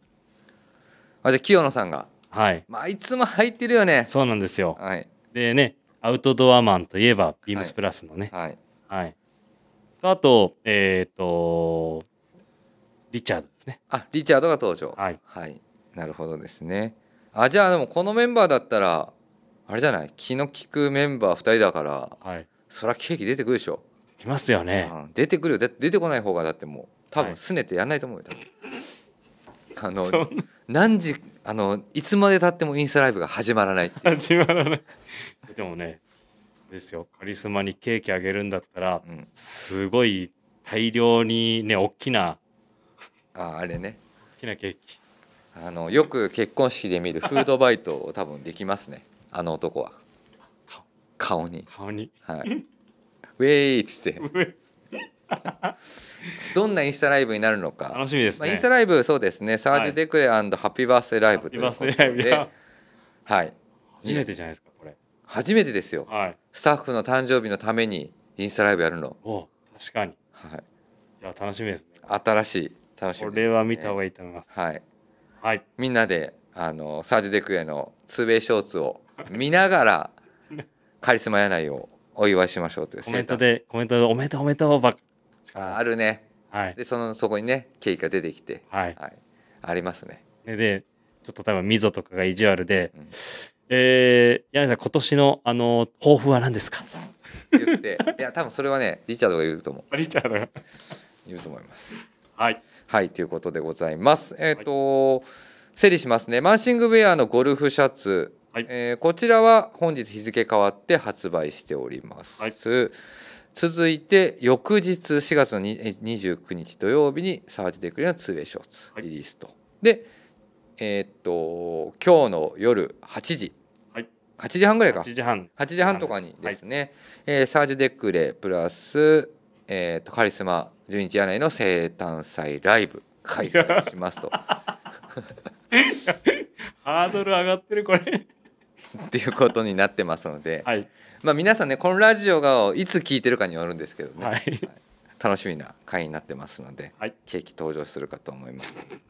S1: あじゃあ清野さんが
S2: はい。
S1: まあいつも入ってるよね
S2: そうなんですよ。
S1: はい
S2: でね、アウトドアマンといえばビームスプラスのね。
S1: はい
S2: はい。とあとえっ、とリチャードですね。
S1: あリチャードが登場
S2: はい。
S1: はいなるほどですねあじゃあでもこのメンバーだったらあれじゃない気の利くメンバー2人だから
S2: はい。
S1: そりゃケーキ出てくるでしょ
S2: 来ますよね。
S1: うん出てくるよだって出てこない方がだってもう多
S2: は
S1: 分
S2: い
S1: すねてやんないと思うよ多 分あ
S2: そ
S1: の
S2: ん
S1: 何時あのいつまでたってもインスタライブが始まらない
S2: な始まらない。でもね、ですよ。カリスマにケーキあげるんだったら、
S1: うん
S2: すごい大量にね、大きな
S1: ああれね
S2: 大きなケーキ。
S1: あのよく結婚式で見るフードバイトを多分できますねあの男は
S2: 顔
S1: 顔に
S2: 顔に。
S1: はいウェイっつ ってどんなインスタライブになるのか
S2: 楽しみです
S1: ま
S2: ね。
S1: あ、インスタライブそうですねサージュデクレハッピーバースデーライブという
S2: 今
S1: ことで
S2: 世代いや
S1: はい
S2: 初めてじゃないですか、これ。
S1: 初めてですよ
S2: はい。
S1: スタッフの誕生日のためにインスタライブやるの、
S2: おう確かに。い
S1: はい、
S2: や、楽しみですね。
S1: 新しい楽しみ
S2: こ
S1: です
S2: れは見た方がいいと思います。
S1: はい
S2: はい。
S1: みんなであのサージュデクエのツーベイショーツを見な がらカリスマ柳井をお祝いしましょうという
S2: コメントで、コメントで、おめでとう、おめでとうばっか
S1: センターああるね
S2: はい。
S1: でそのそこにねケーキが出てきて、
S2: はい。
S1: はい、ありますね
S2: で、でちょっと多分、溝とかが意地悪で、
S1: うん
S2: えー、柳さん、今年の、あの、抱負は何ですか
S1: 言っていや多分それはねリチャードが言うと思う
S2: リチャードが。
S1: 言うと思います
S2: はい。
S1: はいということでございますえっ、と、整理しますねマンシングウェアのゴルフシャツ、
S2: はい
S1: えーこちらは本日日付変わって発売しております、
S2: はい
S1: 続いて翌日4月のにえー29日土曜日にサージデクレの 2way ショーツ
S2: はい
S1: リリースと、でえっ、と今日の夜8時
S2: はい。
S1: 8時半ぐらいか
S2: 8時半。
S1: 8時半とかにですね、えーサージュ・デックレプラス、えー、とカリスマ純一柳の生誕祭ライブ開催しますと
S2: ハードル上がってる、これ。
S1: っていうことになってますので、
S2: はい。
S1: まあ、皆さんねこのラジオがいつ聞いてるかによるんですけどね、
S2: はい。
S1: 楽しみな回になってますので
S2: はい。
S1: ケーキ登場するかと思います。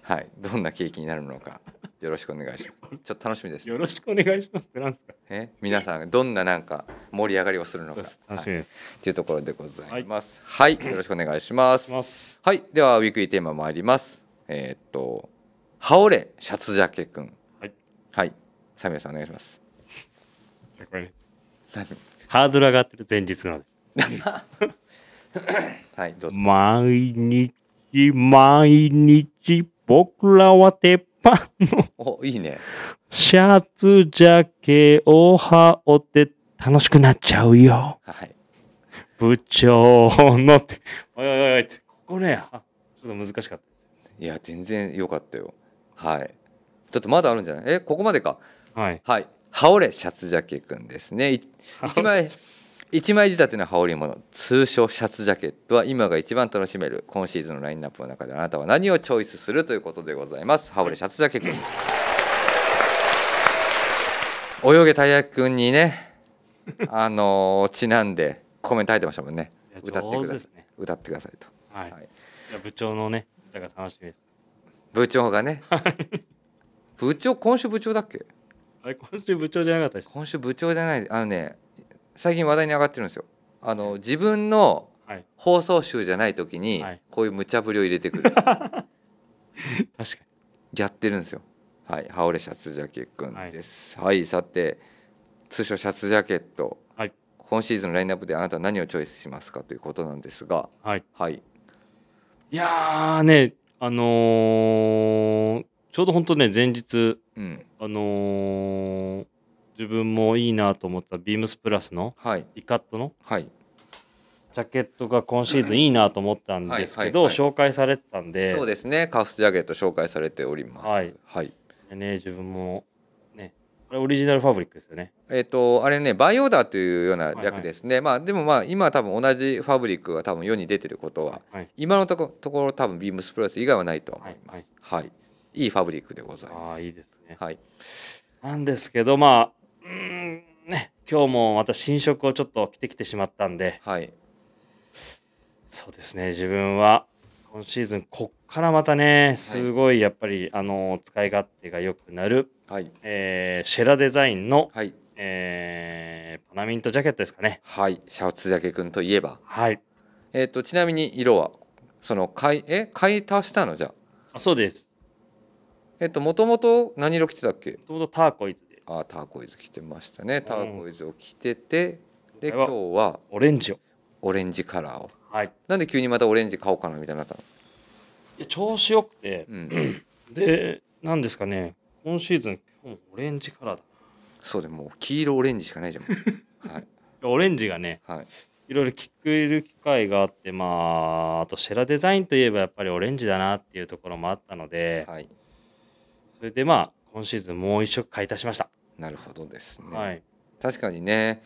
S1: はい、どんなケーキになるのかよろしくお願いします。ちょっと楽しみです。
S2: よろしくお願いしますって、なんですか
S1: え皆さんどんななんか盛り上がりをするのか
S2: 楽しみ
S1: はい、
S2: です。
S1: っていうところでございます。はい、よろしくお願いしま
S2: し
S1: す。
S2: ます。
S1: はい、ではウィークリーテーマ参ります。えーっと、羽織れシャツジャケくん。
S2: はい。
S1: はい、サミュエルさんお願いします。
S2: これね
S1: 何
S2: ハードル上がってる前日なので。
S1: はい、どうぞ。
S2: 毎日、毎日、僕らは鉄板の
S1: お、いいね。
S2: シャツジャケを羽織って楽しくなっちゃうよ。
S1: はい。
S2: 部長のって。おいおいおいって。ここね、あちょっと難しかったです。
S1: いや、全然良かったよ。はい。ちょっとまだあるんじゃないえ、ここまでか。
S2: はい。
S1: はい。羽織れシャツジャケくんですね。い一枚、一枚仕立ての羽織物、通称シャツジャケットは今が一番楽しめる今シーズンのラインナップの中であなたは何をチョイスするということでございます。羽織れシャツジャケくん。泳げたいやきくんにね、あのーちなんでコメント入ってましたもんね
S2: いや。
S1: 歌って
S2: 上
S1: く
S2: 手
S1: だ
S2: で
S1: さ
S2: す
S1: い。
S2: ね。
S1: 歌ってくださいと。
S2: はい。
S1: はい
S2: いや部長のね、歌が楽しみです。
S1: 部長がね、部長、今週部長だっけ
S2: あれ、今週部長じゃなかったです。
S1: 今週部長じゃないあのね最近話題に上がってるんですよあの自分の
S2: はい。
S1: 放送集じゃない時に
S2: はい
S1: こういう無茶ぶりを入れてくる
S2: 確か
S1: やってるんですよはい羽織シャツジャケくんですはい、さて通称シャツジャケット、
S2: はい
S1: 今シーズンのラインナップであなたは何をチョイスしますかということなんですが
S2: に。はい。
S1: はい
S2: いやーね、あのーちょうど本当ね、前日、
S1: うん
S2: あのー自分もいいなと思ったビームスプラスの
S1: はい
S2: イカットの
S1: はい
S2: ジャケットが今シーズンいいなと思ったんですけど、
S1: はいはいは
S2: 紹介されてたんで
S1: そうですねカフスジャケット紹介されております
S2: はい
S1: はい、
S2: ね自分もねこれオリジナルファブリックですよね
S1: えっ、とあれねバイオーダーというような
S2: はいは
S1: 略
S2: い
S1: ですね、まあでもまあ今多分同じファブリックが多分世に出てることは
S2: はい
S1: 今のとこところ多分ビームスプラス以外はないとは思いますはい、い、いファブリックでございま
S2: ああいいですね
S1: すはい
S2: なんですけどまあうーんね今日もまた新色をちょっと着てきてしまったんで
S1: はい
S2: そうですね自分は今シーズンこっからまたねすごいやっぱり、あの使い勝手が良くなる、
S1: はい
S2: えーシェラデザインの、
S1: はい
S2: えーパナミントジャケットですかね
S1: はいシャツジャケ君といえば
S2: はい
S1: えっ、とちなみに色はその買いえ買い足したのじゃあ
S2: あそうです
S1: えっ、ともともと何色着てたっけ
S2: ちょうどターコイズで
S1: あーターコイズ着てましたねターコイズを着てて、で今日は
S2: オレンジを
S1: オレンジカラーを
S2: はい
S1: なんで急にまたオレンジ買おうかなみたいになったの、
S2: いや調子よくて
S1: うん、
S2: で何ですかね今シーズン今日もオレンジカラーだ
S1: そうでもう黄色オレンジし かないじゃんはい
S2: オレンジがね
S1: はい
S2: いろいろ聞ける機会があってまああとシェラデザインといえばやっぱりオレンジだなっていうところもあったので、
S1: はい
S2: それでまあ今シーズンもう一色買い足しました、
S1: なるほどですね、
S2: はい
S1: 確かにね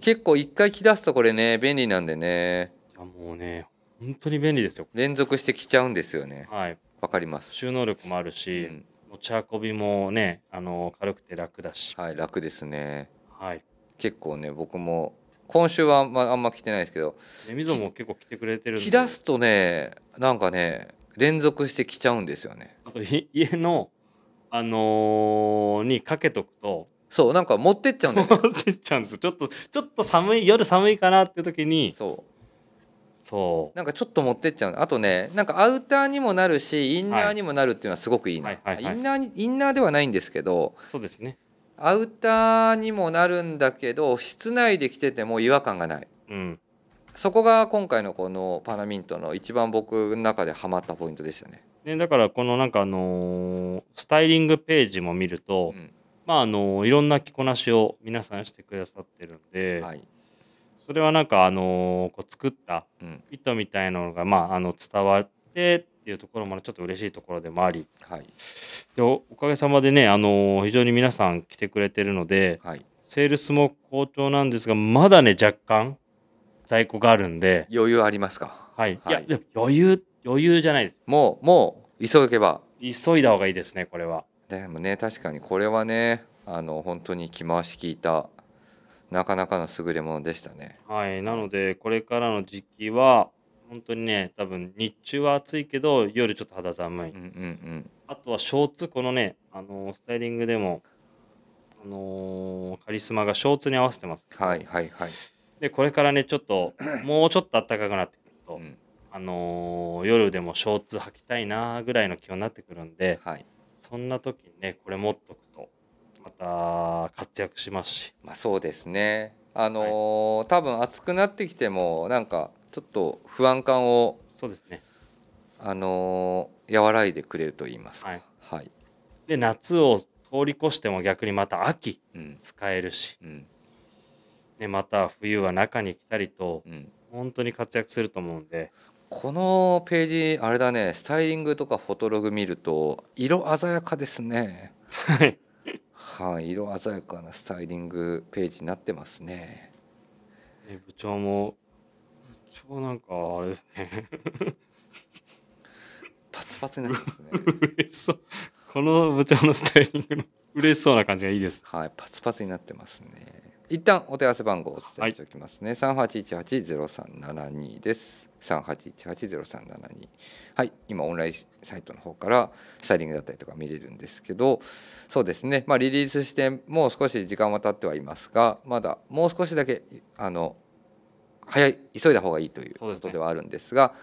S1: 結構一回着出すとこれね便利なんでね
S2: いやもうね本当に便利ですよ
S1: 連続して着ちゃうんですよね
S2: はい
S1: わかります、
S2: 収納力もある
S1: う
S2: し、
S1: ん、
S2: 持ち運びもねあの軽くて楽だし
S1: はい楽ですね
S2: はい
S1: 結構ね僕も今週はあんまあんま着てないですけど
S2: でみぞも結構来てくれてるんで
S1: 着出すとねなんかね連続して着ちゃうんですよね
S2: あとい家のあのーにかけとくと
S1: そうなんか持ってっちゃうんだよね
S2: 出ちゃうんですよちょっとちょっと寒い夜寒いかなっていう時 に
S1: そう
S2: そ
S1: なんかちょっと持ってっちゃうあとねなんかアウターにもなるしインナーにもなるっていうのはすごくいいな、
S2: はいはいはいはい
S1: インナーにインナーではないんですけど
S2: うそうですね
S1: アウターにもなるんだけど室内で着てても違和感がない
S2: うん
S1: そこが今回のこのパナミントの一番僕の中でハマったポイントでしたね、
S2: ね、だからこのなんかあのースタイリングページも見ると、
S1: う
S2: まああのーいろんな着こなしを皆さんしてくださってるんで、
S1: ん、はい、
S2: それはなんかあのーこう作った
S1: うん、
S2: 糸みたいなのがまああの伝わってっていうところもちょっと嬉しいところでもあり
S1: はい
S2: でおおかげさまでねあのー非常に皆さん来てくれてるので
S1: はい
S2: セールスも好調なんですがまだね若干在庫があるんで、
S1: 余裕ありますか
S2: はい、い、
S1: は
S2: や
S1: い
S2: でも余裕余裕じゃないです
S1: もうもう急げば
S2: 急いだ方がいいですねこれは
S1: でもね確かにこれはねあの本当に着回し効いたなかなかの優れものでしたね
S2: はい、なのでこれからの時期は本当にね多分日中は暑いけど夜ちょっと肌寒い、
S1: うんうんうん
S2: あとはショーツこのね、あのースタイリングでも、あのーカリスマがショーツに合わせてます
S1: はいはいはい、
S2: でこれからねちょっ ともうちょっと暖かくなってくると、
S1: うん
S2: あのー夜でもショーツ履きたいなぐらいの気温になってくるんで
S1: はい
S2: そんな時にねこれ持っとくとまた活躍しますし
S1: まあ、そうですねあのー多分暑くなってきてもなんかちょっと不安感を
S2: そうですね
S1: あのー和らいでくれると言いますか
S2: はい、
S1: はい
S2: で夏を通り越しても逆にまた秋
S1: うん
S2: 使えるし
S1: うん
S2: ね、また冬は中に来たりと
S1: うん、
S2: 本当に活躍すると思うんで
S1: このページあれだねスタイリングとかフォトログ見ると色鮮やかですね
S2: はい
S1: はい色鮮やかなスタイリングページになってますね
S2: ね部長も部長なんかあれですね
S1: パツパツになってますね
S2: 嬉しそうこの部長のスタイリングの嬉しそうな感じがいいです
S1: はいパツパツになってますね一旦お手合わせ番号をお伝えしておきますね、3818-0372です3818-0372はい今オンラインサイトの方からスタイリングだったりとか見れるんですけどそうですねまあリリースしてもう少し時間は経ってはいますがまだもう少しだけあの早い急いだ方がいいという
S2: そう
S1: こ
S2: ですね
S1: とではあるんですが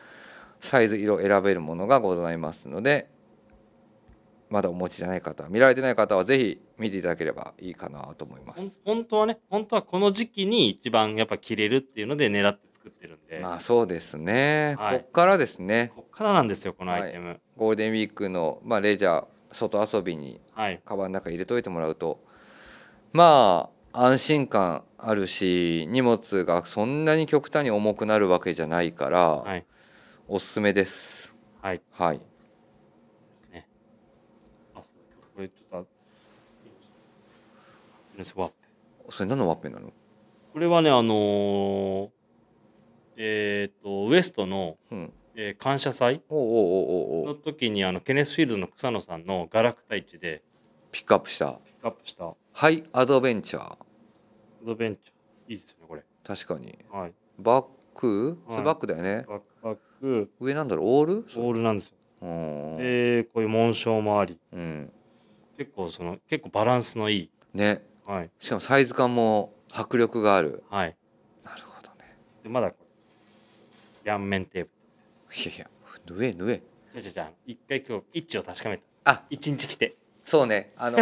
S1: サイズ色選べるものがございますのでまだお持ちじゃない方見られてない方はぜひ見ていただければいいかなと思いま
S2: ほ
S1: す
S2: ん。本当はね本当はこの時期に一番やっぱ着れるっていうので狙って作ってるんで、
S1: まあそうですね、
S2: はい
S1: こっからですね
S2: こっからなんですよこのアイテムはい、
S1: ゴールデンウィークの、まあ、レジャー外遊びにカバンの中に入れといてもらうとまあ安心感あるし荷物がそんなに極端に重くなるわけじゃないから、
S2: はい。
S1: おすすめです
S2: はい。
S1: はい
S2: あ、そうだこれちょっとあ。ですわ。
S1: それ何のワッペンなの
S2: これはね、あのーえっ、と、ウエストの、
S1: うん
S2: えー感謝祭
S1: おうおうおうおう
S2: の
S1: おう
S2: 時に、あの、ケネスフィールドの草野さんのガラクタ市で
S1: ピックアップした
S2: ピックアップしたア
S1: ハイアドベンチャー
S2: ドベンチャー。いいですね、これ。
S1: 確かに
S2: はい。
S1: バック
S2: はい
S1: それバックだよね、
S2: バックパック、
S1: 上なんだろうオール
S2: オールなんですよ。
S1: うん
S2: で、こういう紋章もあり、
S1: うん
S2: 結構その、結構バランスのいい。
S1: ね
S2: はい。
S1: しかもサイズ感も迫力がある
S2: はい。
S1: なるほどね
S2: で、まだこれ、両面テープ。
S1: いやいや縫え縫え
S2: じゃじゃじゃ一回今日、位置を確かめた。
S1: あ
S2: 一日来て。
S1: そうねあ の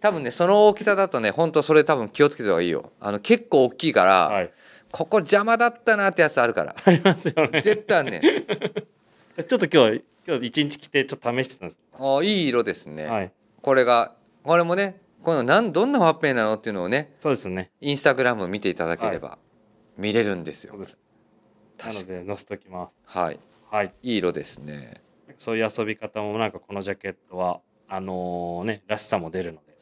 S1: 多分ねその大きさだとね本当それ多分気をつけた方がいいよあの結構大きいから、
S2: はい。
S1: ここ邪魔だったなってやつあるから
S2: ありますよね。
S1: 絶対ある ね
S2: ちょっと今日、今日一日来て、ちょっと試してたんです。
S1: あいい色ですね、
S2: はい。
S1: これがこれもねこのなんどんなワッペンなのっていうのをね
S2: そうですね。
S1: インスタグラム見ていただければ見れるんですよ、
S2: そうです。な
S1: 確
S2: の
S1: かに
S2: で、載せときます。
S1: はい
S2: はい。
S1: いい色ですね
S2: そういう遊び方も、なんかこのジャケットは、あのーね、らしさも出るので。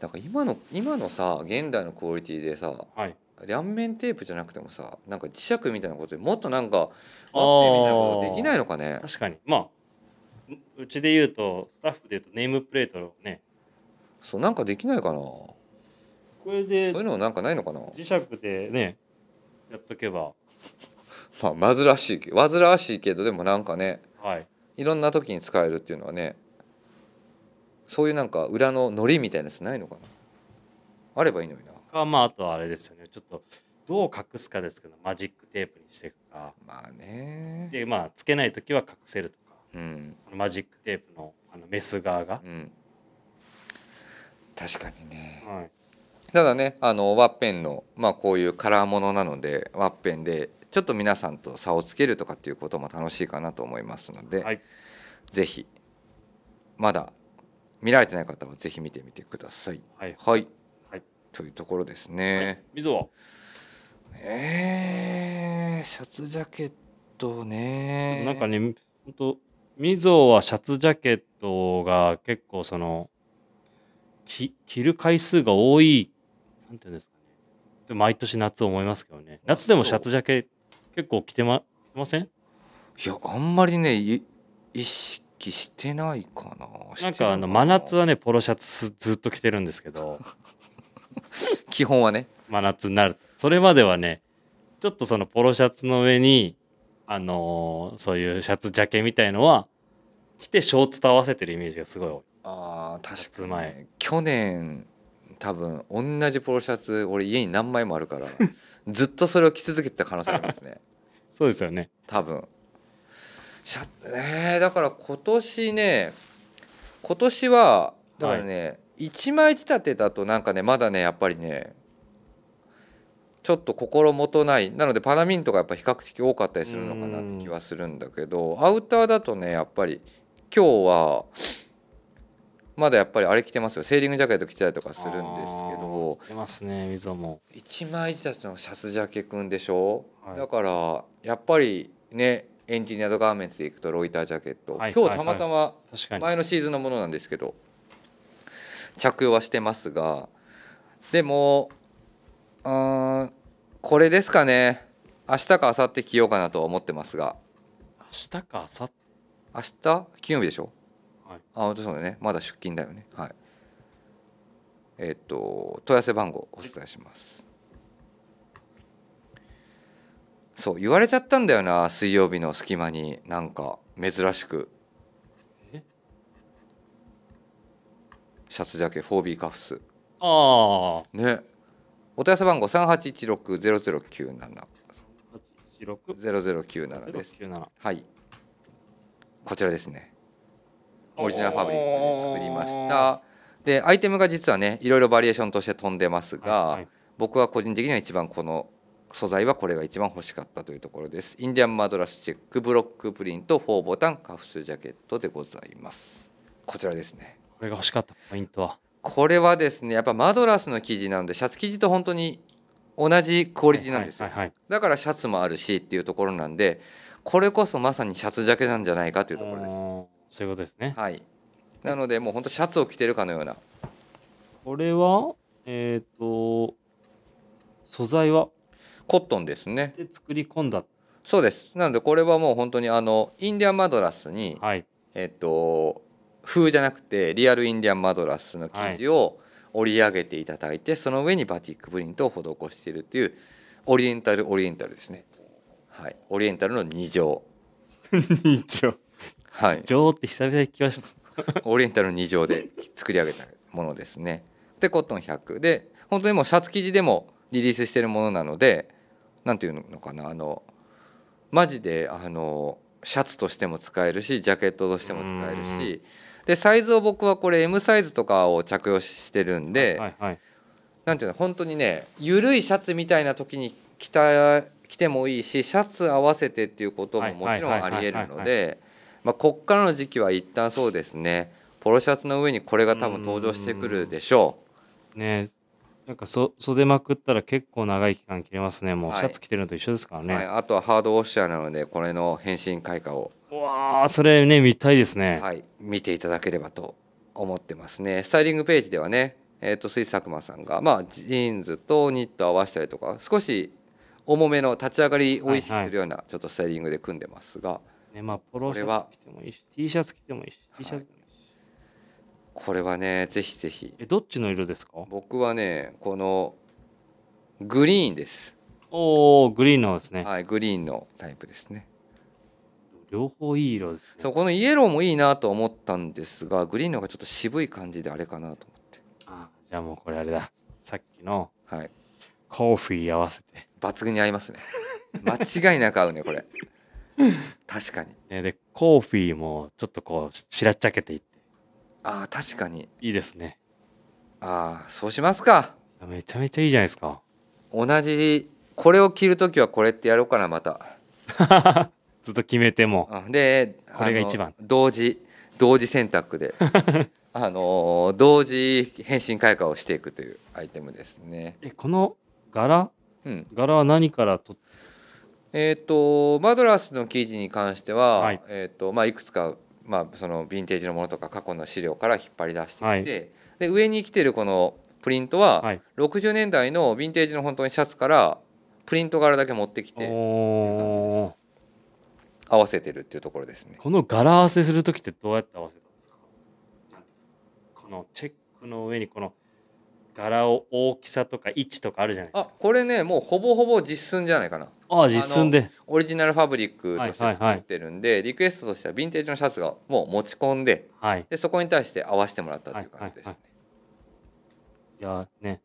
S1: だから今の今のさ現代のクオリティでさ
S2: はい。
S1: 両面テープじゃなくてもさなんか磁石みたいなことでもっとなんかワッペンみたいなことできないのかね
S2: 確かに。まあ、ううちで言うと、スタッフで言うと、ネームプレートをね、
S1: そうなんかできないかなそ
S2: これ
S1: うい
S2: で
S1: うのなんかないのかな
S2: 磁石でね、やっとけば、
S1: まあ煩しいけ煩わしいけどでもなんかね
S2: はい。
S1: いろんな時に使えるっていうのはねそういうなんか裏のノリみたいなやつないのかなあればいいのにな
S2: か、まあ、あとはあれですよね。ちょっと、どう隠すかですけど、マジックテープにしていくか。
S1: まあね
S2: で、まあ、つけないときは隠せるとか。
S1: うん
S2: そのマジックテープのあのメス側が、
S1: うん確かにね
S2: はい、
S1: ただねあのワッペンの、まあ、こういうカラーものなのでワッペンでちょっと皆さんと差をつけるとかっていうことも楽しいかなと思いますので、
S2: はい
S1: ぜひまだ見られてない方はぜひ見てみてください。
S2: はい
S1: はい、
S2: はい
S1: というところですね。
S2: 水は
S1: えーシャツジャケットね
S2: なんかね本当みぞはシャツジャケットが結構そのき着る回数が多いなんていうんですかねで毎年夏思いますけどね夏でもシャツジャケ結構着てま着てません
S1: いやあんまりねい意識してないかな。
S2: なん
S1: してる
S2: かあの真夏はねポロシャツすずっと着てるんですけど
S1: 基本はね
S2: 真夏になるとそれまではねちょっとそのポロシャツの上にあのーそういうシャツジャケみたいのは着てショーツと合わせてるイメージがすごい多い
S1: あー確かに、
S2: 夏
S1: ね、去年多分同じポロシャツ俺家に何枚もあるからずっとそれを着続けてた可能性ありますね
S2: そうですよね
S1: 多分シャえーだから今年ね今年はだからね、一1枚仕立てだとなんかねまだねやっぱりねちょっと心もとないなのでパラミントがやっぱ比較的多かったりするのかなって気はするんだけどアウターだとねやっぱり今日はまだやっぱりあれ着てますよセーリングジャケット着てたりとかするんですけど
S2: あー着てますね溝も
S1: 一枚仕立てのシャツジャケくんでしょ、
S2: はい
S1: だからやっぱりねエンジニアードガーメンツでいくとロイタージャケット、
S2: はい
S1: 今日たまたま
S2: 確かに、
S1: 前のシーズンのものなんですけど着用はしてますがでもうーんこれですかね明日か明後日着ようかなとは思ってますが
S2: 明日か明後日
S1: 明日金曜日でしょ、
S2: はい
S1: あ本当そうだねまだ出勤だよねはいえっと問い合わせ番号お伝えしますそう言われちゃったんだよな水曜日の隙間になんか珍しく
S2: え
S1: シャツジャケ 4B カフス
S2: あ
S1: ねお問い合わせ番号3816-0097
S2: あ86
S1: 0097です
S2: 097
S1: はい。こちらですね。オリジナルファブリックで作りました。で、アイテムが実はね、いろいろバリエーションとして飛んでますが、
S2: はいはい
S1: 僕は個人的には一番この素材はこれが一番欲しかったというところです。インディアンマドラスチェックブロックプリント4ボタンカフスジャケットでございます。こちらですね。
S2: これが欲しかったポイントは
S1: これはですねやっぱマドラスの生地なんでシャツ生地と本当に同じクオリティなんですよ、
S2: はいはいはい
S1: だからシャツもあるしっていうところなんでこれこそまさにシャツジャケなんじゃないかというところです
S2: おーそういうことですね。
S1: はいなのでもう本当シャツを着てるかのような
S2: これは、えっ、と、素材は
S1: コットンですね
S2: で作り込んだ。
S1: そうですなのでこれはもう本当にあのインディアンマドラスに、
S2: はい。
S1: えっと風じゃなくてリアルインディアンマドラスの生地を織り上げていただいて、その上にバティックプリントを施しているっていうオリエンタルオリエンタルですねはいオリエンタルの2乗
S2: 一応。
S1: はい
S2: 一応って久々に聞きました。
S1: オリエンタルの2乗で作り上げたものですねでコットン100で本当にもうシャツ生地でもリリースしてるものなのでなんていうのかなあのマジであのシャツとしても使えるしジャケットとしても使える
S2: うん
S1: しでサイズを僕はこれ M サイズとかを着用してるんで、
S2: はいはい。
S1: なんていうの本当にねゆるいシャツみたいな時に着た着てもいいしシャツ合わせてっていうことももちろんありえるのでまあこっからの時期は一旦そうですねポロシャツの上にこれが多分登場してくるでしょ
S2: ねえなんかそ袖まくったら結構長い期間着れますね。もう
S1: はい
S2: シャツ着てるのと一緒ですから
S1: う、
S2: ね。
S1: はい、あとはハードウォッシャーなのでこれの変身開花を、
S2: うわあ、それね、見たいですね。
S1: はい、見ていただければと思ってますねスタイリングページではね、えー、と水佐久間さんが、まあ、ジーンズとニットを合わせたりとか少し重めの立ち上がりを意識するようなちょっとスタイリングで組んでますが。
S2: ね、まあ、ポロシ
S1: これは
S2: ャツ着てもいいし、T シャツ着てもいいし、T シャツ、
S1: これはねぜひぜひ
S2: え、どっちの色ですか
S1: 僕はねこのグリーンです、
S2: おおグリーンの方ですね。
S1: はいグリーンのタイプですね
S2: 両方いい色ですね。
S1: そうこのイエローもいいなと思ったんですがグリーンの方がちょっと渋い感じであれかなと
S2: あーじゃあもうこれあれだ。さっきの
S1: 思ってはい
S2: コーフィー合わせて。
S1: 抜群に合いますね間違いなく合うねこれ確かに
S2: ね、で、コーフィーもちょっとこう、ししらっちゃけていって。
S1: ああ確かに
S2: いいですね。
S1: ああそうしますか
S2: めちゃめちゃいいじゃないですか。
S1: 同じこれを着るときはこれってやろうかなまた
S2: ずっと決めても。
S1: うんで
S2: これが
S1: あの
S2: 一番
S1: 同時同時選 択であの同時変身開花をしていくというアイテムですね。
S2: え、この柄
S1: うん、
S2: 柄は何からとっ
S1: えっ、とマドラスの生地に関しては、
S2: はい
S1: いえっとまあ、いくつか、まあ、そのヴィンテージのものとか過去の資料から引っ張り出してきて、
S2: はい
S1: で上に来てるこのプリントは、
S2: はい
S1: 60年代のヴィンテージの本当にシャツからプリント柄だけ持ってきて
S2: おー
S1: 合わせてるっていうところですね。
S2: この柄合わせするときってどうやって合わせたんですかなんていうんですかこのチェックの上にこの柄を大きさとか位置とかあるじゃないで
S1: あ
S2: すか。
S1: これねもうほぼほぼ実寸じゃないかな。
S2: ああ、実寸で。
S1: オリジナルファブリックとして作ってるんで、リクエストとしてはヴィンテージのシャツがもう持ち込んで
S2: はい。
S1: でそこに対して合わせてもらったっていう感じですね、
S2: はいいやね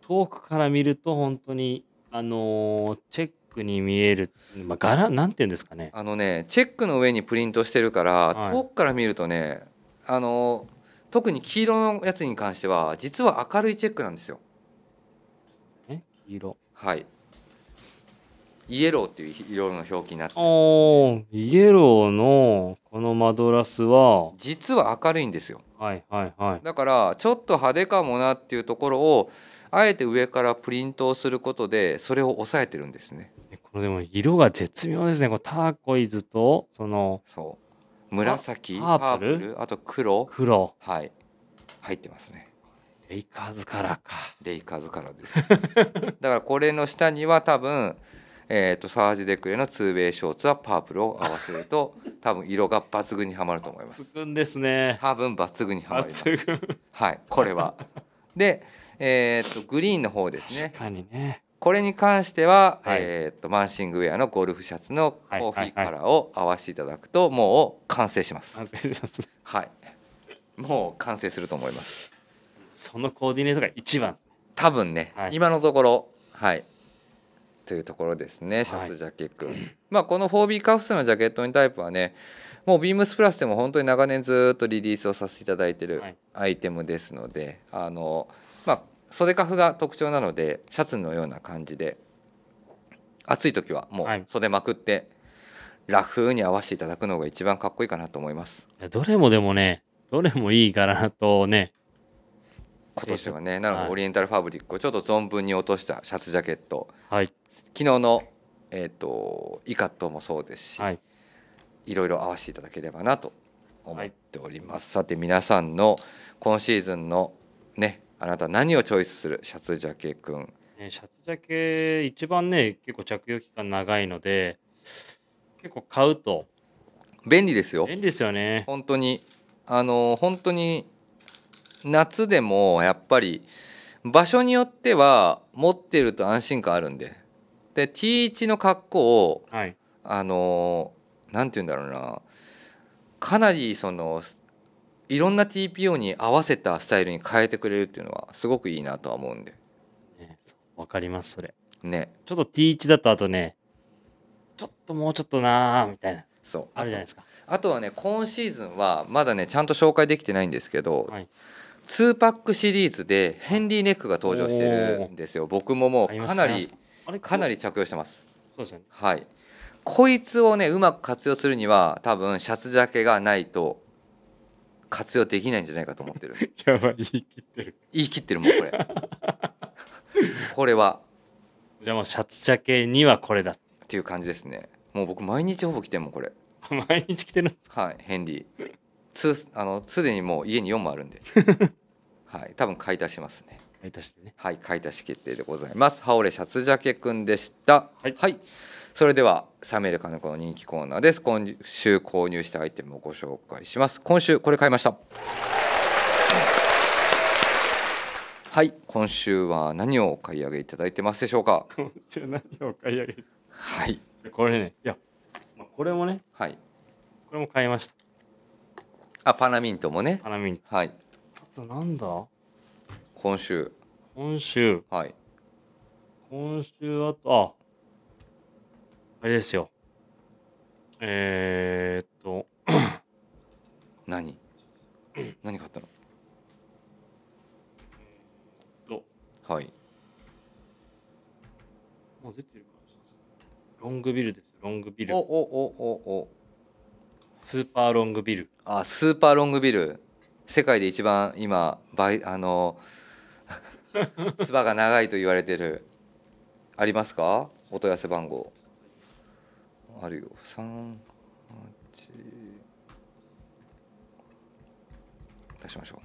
S2: 遠くから見ると本当にあのーチェックに見える、まあ、柄なんていうんですかね
S1: あのねチェックの上にプリントしてるから、
S2: はい
S1: 遠くから見るとねあの特に黄色のやつに関しては実は明るいチェックなんですよ
S2: え黄色
S1: はいイエローっていう色の表記になって
S2: おーイエローのこのマドラスは
S1: 実は明るいんですよ
S2: はいはいはい
S1: だからちょっと派手かもなっていうところをあえて上からプリントをすることでそれを抑えてるんですね
S2: えこれでも色が絶妙ですねこうターコイズとその
S1: そう紫
S2: パ
S1: パ
S2: パー
S1: ー
S2: プル
S1: プルあと黒
S2: 黒
S1: はい入ってますね
S2: レイカーズカラーか
S1: レイカーズカラーですだ からこれの下には多分えー、とサージ・デクレのツーウェイショーツはパープルを合わせ ると多分色が抜群にはまると思います
S2: 抜群ですね
S1: 多分抜群にはまります
S2: 抜群
S1: はいこれはでえー、とグリーンの方ですね
S2: 確かにね
S1: これに関しては、
S2: はい
S1: えー、とマンシングウェアのゴルフシャツのコーヒー
S2: はいは
S1: カ
S2: い
S1: ラーを合わせていただくともう完成します
S2: 完成しますね
S1: はい。もう完成すると思います。
S2: そのコーディネートが一番
S1: 多分ね、
S2: はい
S1: 今のところ、はい。というところですね、シャツジャケット。まあ、この 4B カフスのジャケットにタイプはね、もうビームスプラスでも本当に長年ずっとリリースをさせていただいてる
S2: はい
S1: アイテムですので、あの、まあ、袖カフが特徴なので、シャツのような感じで、暑い時はも
S2: はいう
S1: 袖まくって、楽に合わせていただくのが一番かっこいいかなと思います。
S2: いやどれもでもね、どれもいい柄とね、
S1: 今年はね
S2: 定食
S1: なので
S2: はい
S1: オリエンタルファブリックをちょっと存分に落としたシャツジャケット
S2: はい
S1: 昨日のえっ、とイカットもそうですし、
S2: はい
S1: いろいろ合わせていただければなと思っております、さて皆さんの今シーズンのねあなた何をチョイスするシャツジャケくん
S2: ね、シャツジャケ一番ね結構着用期間長いので結構買うと
S1: 便利ですよ
S2: 便利ですよね
S1: 本当にあの本当に夏でもやっぱり場所によっては持ってると安心感あるんでで T1 の格好を
S2: はい
S1: あのなんて言うんだろうなかなりそのいろんな TPO に合わせたスタイルに変えてくれるっていうのはすごくいいなとは思うんで
S2: ねそうわかりますそれ
S1: ね
S2: ちょっと T1 だとあとねちょっともうちょっとなーみたいな
S1: そう
S2: あるじゃないで
S1: あと
S2: すか
S1: あとはね今シーズンはまだねちゃんと紹介できてないんですけど、
S2: はい
S1: 2パックシリーズでヘンリーネックが登場してるんですよ僕もも
S2: あり
S1: う
S2: ま
S1: か
S2: す
S1: な
S2: あり
S1: り
S2: ますあれ
S1: かなり着用してます
S2: そうですよね
S1: はいこいつをねうまく活用するには多分シャツジャケがないと活用できないんじゃないかと思ってる
S2: やばい言い切ってる
S1: 言い切ってるもんこれ これは
S2: じゃあもうシャツジャケにはこれだって
S1: っていう感じですねもう僕毎日ほぼ着てんもんこれ
S2: 毎日着てるんです
S1: はいヘンリーつあのすでにもう家に4もあるんで はい多分買い足しますね
S2: 買い足してね
S1: はい買い足し決定でございます羽織シャツジャケくんでした
S2: はい
S1: それではサメルカネコの人気コーナーです今週購入したアイテムをご紹介します今週これ買いましたはい今週は何をお買い上げいただいてますでしょうか
S2: 今週何を買い上げて
S1: はい
S2: これねいや、まあ、これもね
S1: はい
S2: これも買いました
S1: あパナミントもね
S2: 花見に
S1: はい
S2: あとなんだ
S1: 今週
S2: 今週
S1: はい
S2: 今週あと、あ、あれですよ。えー、っと、
S1: 何何買ったの
S2: と
S1: はい
S2: もう出てるからロングビルです。ロングビル
S1: おお。おおお
S2: スーパーロングビル。
S1: あスーパーロングビル世界で一番今倍あの唾が長いと言われてるありますかお問い合わせ番号あるよ三八出しましょ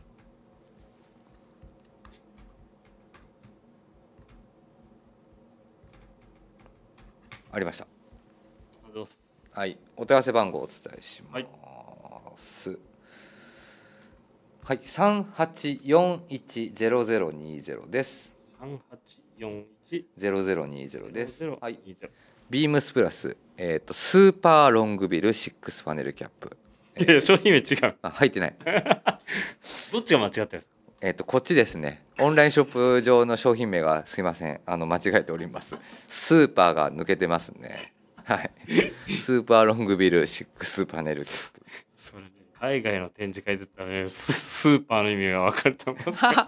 S1: うありました
S2: あどうす
S1: はい、お問い合わせ番号をお伝えします。はい、三八四一ゼロゼロ二ゼロです。
S2: 3841
S1: ゼロゼロ二ゼロです。はい、
S2: 20
S1: ビームスプラス、えっ、とスーパーロングビルシックスパネルキャップ。
S2: いやいや、商品名違う。
S1: あ、入ってない。
S2: どっちが間違ってるんですか
S1: えっ、とこっちですね。オンラインショップ上の商品名がすいません。あの間違えております。スーパーが抜けてますね。はい、スーパーロングビルシックスパネルキャップ。
S2: それね、海外の展示会だったらね、ススーパーの意味が分かると思いますか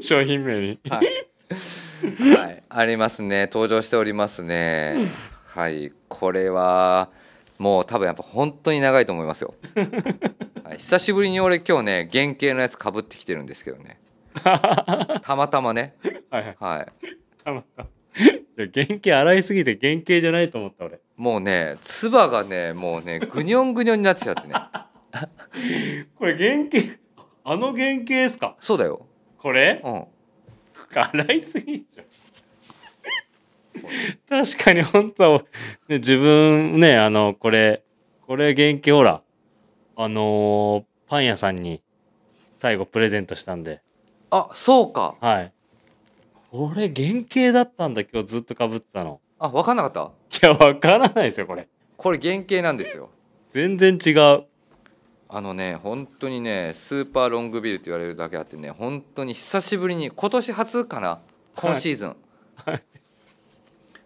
S2: 商品名に。
S1: はい、はい、ありますね登場しておりますねはいこれはもう多分やっぱ本当に長いと思いますよ、はい、久しぶりに俺今日ね原型のやつかぶってきてるんですけどねたまたまね
S2: はいはい。
S1: はい
S2: たまたま。いや、原型洗いすぎて原型じゃないと思った俺。
S1: もうねつばがねもうねぐにょんぐにょんになってきちゃってね
S2: これ原型あの原型ですか
S1: そうだよ
S2: これ
S1: うん
S2: 洗いすぎじゃん 確かに本当は、ね、自分ねあのこれこれ原型ほらあのーパン屋さんに最後プレゼントしたんで
S1: あそうか
S2: はいこれ原型だったんだ今日ずっとかぶってたの
S1: あ分かんなかった
S2: いやわからないですよこれ
S1: これ原型なんですよ
S2: 全然違う
S1: あのね本当にねスーパーロングビルって言われるだけあってね本当に久しぶりに今年初かな今シーズン、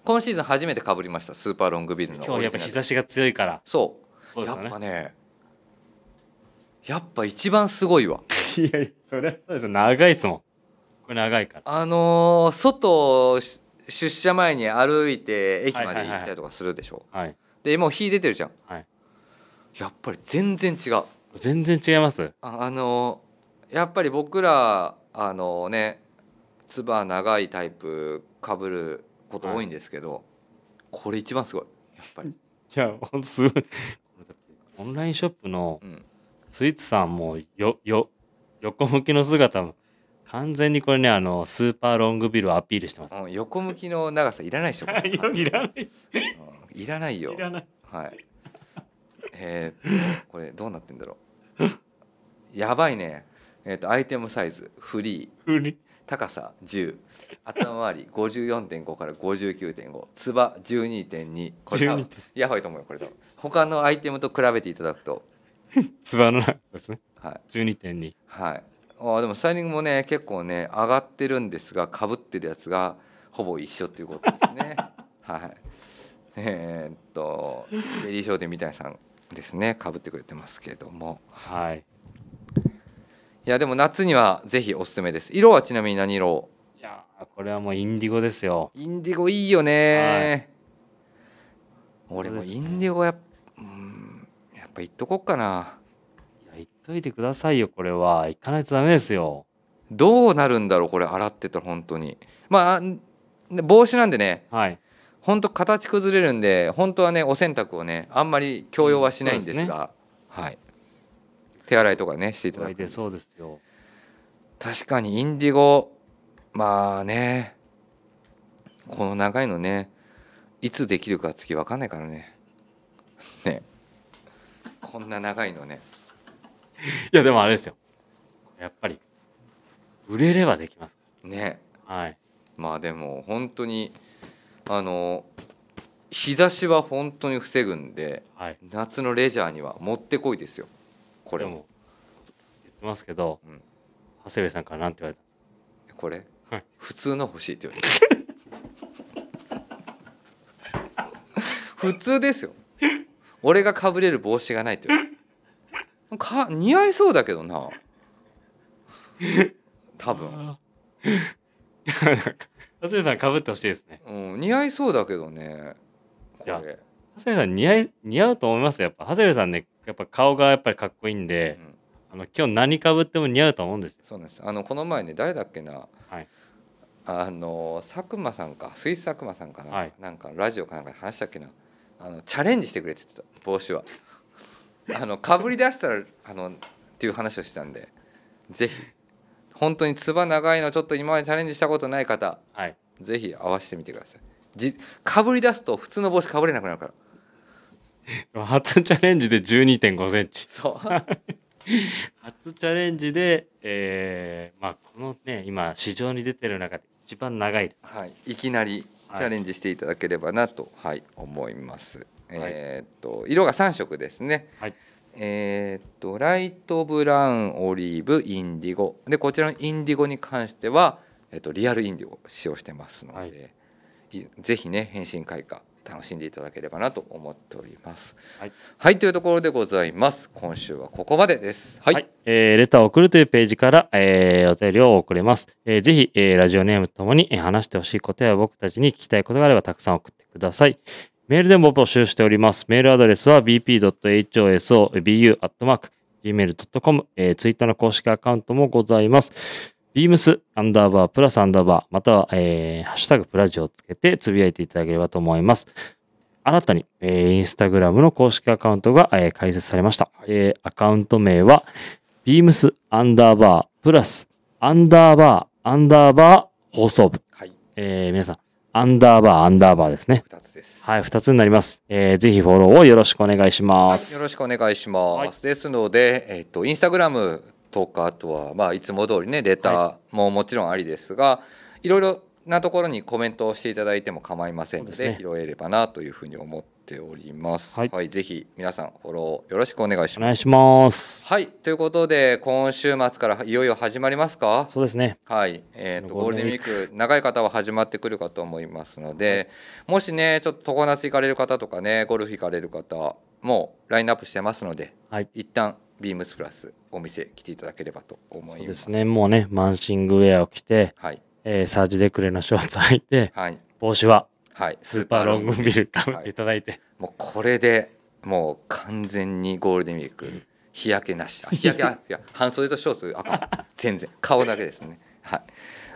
S1: 今シーズン初めてかぶりましたスーパーロングビルの
S2: 今日やっぱ日差
S1: し
S2: しが強いから
S1: そ
S2: そう
S1: う
S2: です
S1: や
S2: よ
S1: っ
S2: ね
S1: ぱねやっぱ一番すごいわ
S2: いやいやそれはそうですよ長いですもんこれ長いから
S1: あのー外をし出社前に歩いて駅まで行ったりとかするでしょ、
S2: はい
S1: でもう火出てるじゃん
S2: はい
S1: やっぱり全然違う
S2: 全然違います
S1: ああのやっぱり僕らあのねつば長いタイプかぶること多いんですけど、これ一番すごいやっぱり、
S2: いや、ほんとすごい。これだってオンラインショップの
S1: うん、
S2: スイーツさんもよよ横向きの姿も完全にこれねあのスーパーロングビルをアピールしてます。
S1: うん横向きの長さいら ないでしょ、これ
S2: いらない
S1: うんいらないよ
S2: いらない。
S1: はいえーこれどうなってんだろうやばいねえっ、とアイテムサイズフリー
S2: ふり
S1: 高さ10頭回り54.5から59.5つば12.2これ多分
S2: 12.2
S1: やばいと思うよこれ多分他のアイテムと比べていただくと
S2: つばの中ですね。
S1: はい
S2: 12.2。
S1: はいあーでもスタイリングもね結構ね上がってるんですがかぶってるやつがほぼ一緒っていうことですねはいえーっとベリー商店みたいさんですねかぶってくれてますけども
S2: はい。
S1: いやでも夏にはぜひおすすめです色はちなみに何色
S2: いやーこれはもうインディゴですよ。
S1: インディゴいいよね、俺もインディゴやっうんやっぱ言っとこっかない
S2: や言っといてくださいよこれは行かないとダメですよ。
S1: どうなるんだろうこれ洗ってたら本当にまああん帽子なんでね
S2: はい。
S1: 本当形崩れるんで本当はねお洗濯をねあんまり強要はしないんです
S2: うんそう
S1: が、はい手洗いとかねしていただ
S2: 大
S1: く
S2: でそうですよ。
S1: 確かにインディゴまあねこの長いのねいつできるか次分かんないからね ねこんな長いのね
S2: いやでもあれですよ。やっぱり売れればできます。
S1: ね
S2: はい。
S1: まあでも本当にあの日差しは本当に防ぐんで
S2: はい。
S1: 夏のレジャーにはもってこいですよこれ
S2: でも言ってますけど、
S1: うん
S2: 長谷部さんからなんて言われたんですか
S1: これ、
S2: はい
S1: 普通の欲しいって言われて普通ですよ俺がかぶれる帽子がないって言われてか似合いそうだけどな多分、
S2: あーなんか長谷部さんかぶってほしいですね
S1: うん、似合いそうだけどねこ
S2: い
S1: れ、
S2: 長谷部さん似合い似合うと思いますよやっぱ長谷部さんねやっぱ顔がやっぱりかっこいいん
S1: う
S2: で、
S1: ん、
S2: あの今日何かぶっても似合うと思うんですよ
S1: そうなんですあのこの前ね誰だっけな、
S2: はい
S1: あの佐久間さんかスイス佐久間さんかな、
S2: はい
S1: なんかラジオかなんかで話したっけなあのチャレンジしてくれって言ってた帽子は あのかぶり出したらあのっていう話をしてたんでぜひ本当につば長いのちょっと今までチャレンジしたことない方
S2: はい
S1: ぜひ合わせてみてくださいじかぶり出すと普通の帽子かぶれなくなるから
S2: でも初チャレンジで1 2 5センチ
S1: そう
S2: 初チャレンジでえー、まあこのね今市場に出てる中で一番長いです
S1: はい、いきなりチャレンジしていただければなと、はい思います。えーっと色が3色ですね。
S2: はい
S1: えーっとライトブラウンオリーブインディゴでこちらのインディゴに関しては、えっとリアルインディゴを使用してますので、いぜひね変身開花楽しんでいただければなと思っております。
S2: はい、
S1: というところでございます。今週はここまでです。はい、
S2: えーレターを送るというページから、えーお便りを送れます。えーぜひ、えーラジオネームともに、えー話してほしいことや僕たちに聞きたいことがあればたくさん送ってください。メールでも募集しております。メールアドレスは bp.hosobu.gmail.com、えー、ツイッターの公式アカウントもございます。beams アンダーバープラスアンダーバーまたは、えーハッシュタグプラジオをつけてつぶやいていただければと思います。新たに、えーインスタグラムの公式アカウントが、えー開設されました。えーアカウント名は、beams アンダーバープラスアンダーバーアンダーバー放送部。
S1: はい、
S2: えー皆さん、アンダーバーアンダーバーですね。
S1: 2つです。
S2: はい、2つになります。えーぜひフォローをよろしくお願いしま
S1: はい、
S2: す。
S1: よろしくお願いします。
S2: はい
S1: ですので、えっ、とインスタグラムとかあとはまあいつも通りねレターももちろんありですが、い、ろいろなところにコメントをしていただいても構いませんの
S2: そう
S1: で
S2: です
S1: 拾えればなというふうに思っております。は、
S2: はいい
S1: ぜひ皆さんフォローよろしくお願いし
S2: お
S1: ます。
S2: 願いします。
S1: はい、ということで今週末からいよいよ始まりますか。
S2: そうですね。
S1: はい、えー、とゴ
S2: ゴ
S1: ー
S2: ー
S1: ル
S2: ルデ
S1: デ
S2: ン
S1: ンウ
S2: ウ
S1: ィ
S2: ィ
S1: ーク長い方は始まってくるかと思いますので、もしねちょっと常夏行かれる方とかねゴルフ行かれる方もうラインナップしてますので
S2: はい。
S1: 一旦ビームスプラスお店来ていただければと思います
S2: そうですね。もうね、マンシングウェアを着て、
S1: はい
S2: えーサージデクレのショーツ履いて、
S1: はい
S2: 帽子は
S1: はい
S2: スーパーロングビルかぶっていただいて、
S1: もうこれでもう完全にゴールデンウィーク日焼けなしあ日焼けあいや半袖とショーツあかん全然顔だけですねはい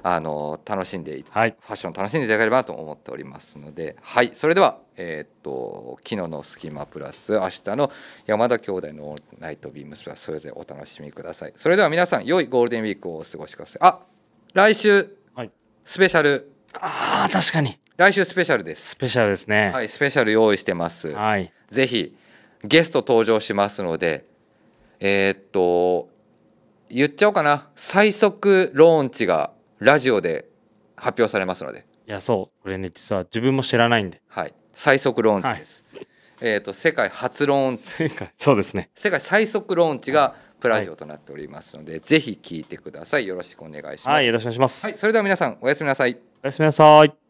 S1: あの楽しんでい
S2: はい。
S1: ファッション楽しんでいただければと思っておりますので、はい、それでは、えーっと昨日のスキマプラス、明日の山田兄弟のオールナイトビームスプラス、それぞれお楽しみください。それでは皆さん、良いゴールデンウィークをお過ごしください。あ来週、
S2: はい
S1: スペシャル、
S2: ああ、確かに。
S1: 来週スペシャルです。
S2: スペシャルですね。
S1: はい、スペシャル用意してます。
S2: はい。
S1: ぜひ、ゲスト登場しますので、えーっと、言っちゃおうかな、最速ローンチがラジオで発表されますので。
S2: いや、そう。これね、実は自分も知らないんで。
S1: はい、最速ローンチです。えっ、と世界初ローンチ、
S2: 正解。そうですね。
S1: 世界最速ローンチがプラジオとなっておりますので、ぜひ聞いてください。よろしくお願いします。
S2: は、
S1: はいい、
S2: よろしくお願いします。
S1: それでは皆さんおやすみなさい。
S2: おやすみなさい。